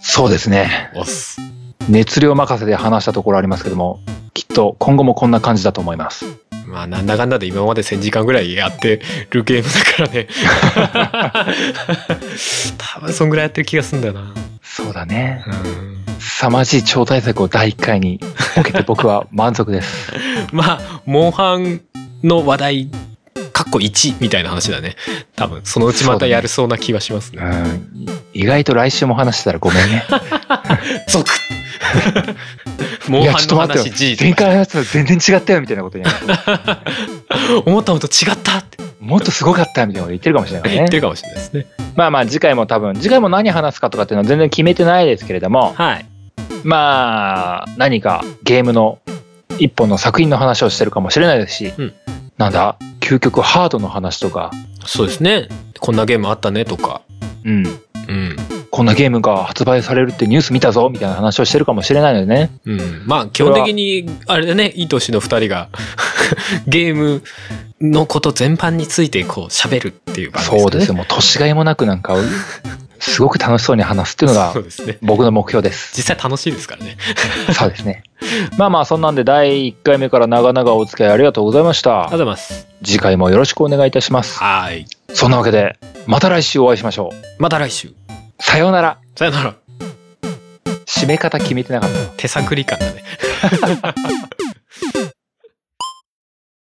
[SPEAKER 1] そうですね。
[SPEAKER 2] おっす。
[SPEAKER 1] 熱量任せで話したところありますけども、きっと今後もこんな感じだと思います。
[SPEAKER 2] まあ、なんだかんだで今まで1000時間ぐらいやってるゲームだからね。多分そんぐらいやってる気がすんだよな。
[SPEAKER 1] そうだね。
[SPEAKER 2] うん
[SPEAKER 1] 凄まじい超大作を第1回に受けて僕は満足です。
[SPEAKER 2] まあ、モンハンの話題、かっ個1みたいな話だね多分そのうちまたやる (laughs) そうな気はしますね
[SPEAKER 1] うん、意外と来週も話してたらごめん
[SPEAKER 2] (laughs)
[SPEAKER 1] ね。
[SPEAKER 2] 続 (laughs) モンハンの話
[SPEAKER 1] よ
[SPEAKER 2] 事
[SPEAKER 1] 前
[SPEAKER 2] 実
[SPEAKER 1] 回のやつと全然違ったよみたいなことになる
[SPEAKER 2] 思ったのと違ったって
[SPEAKER 1] もっとすごかったみたいなこと言ってるかもしれない
[SPEAKER 2] (laughs) 言
[SPEAKER 1] ね
[SPEAKER 2] って。るかもしれないですね
[SPEAKER 1] まあまあ次回も多分次回も何話すかとかっていうのは全然決めてないですけれども
[SPEAKER 2] はい
[SPEAKER 1] まあ何かゲームの一本の作品の話をしてるかもしれないですし、
[SPEAKER 2] うん
[SPEAKER 1] なんだ究極ハードの話とか、
[SPEAKER 2] そうですねこんなゲームあったねとか
[SPEAKER 1] うん、
[SPEAKER 2] うん
[SPEAKER 1] こんなゲームが発売されるってニュース見たぞみたいな話をしてるかもしれないのでね
[SPEAKER 2] うん、まあ基本的にあれだねいい年の2人が (laughs) ゲームのこと全般についてこう喋るっていう番
[SPEAKER 1] そうです
[SPEAKER 2] ね
[SPEAKER 1] よもう年がいもなくなんかすごく楽しそうに話すっていうのが
[SPEAKER 2] そうですね
[SPEAKER 1] 僕の目標
[SPEAKER 2] (laughs)
[SPEAKER 1] です
[SPEAKER 2] 実際楽しいですからね
[SPEAKER 1] そうですねまあまあそんなんで第1回目から長々お付き合いありがとうございまし
[SPEAKER 2] ありがとうご
[SPEAKER 1] た
[SPEAKER 2] ざいます
[SPEAKER 1] 次回もよろしくお願いいたします
[SPEAKER 2] はい
[SPEAKER 1] そんなわけで、また来週お会いしましょう。
[SPEAKER 2] また来週
[SPEAKER 1] さようなら。
[SPEAKER 2] さよなら
[SPEAKER 1] 締め方決めてなかった。
[SPEAKER 2] 手探り感だね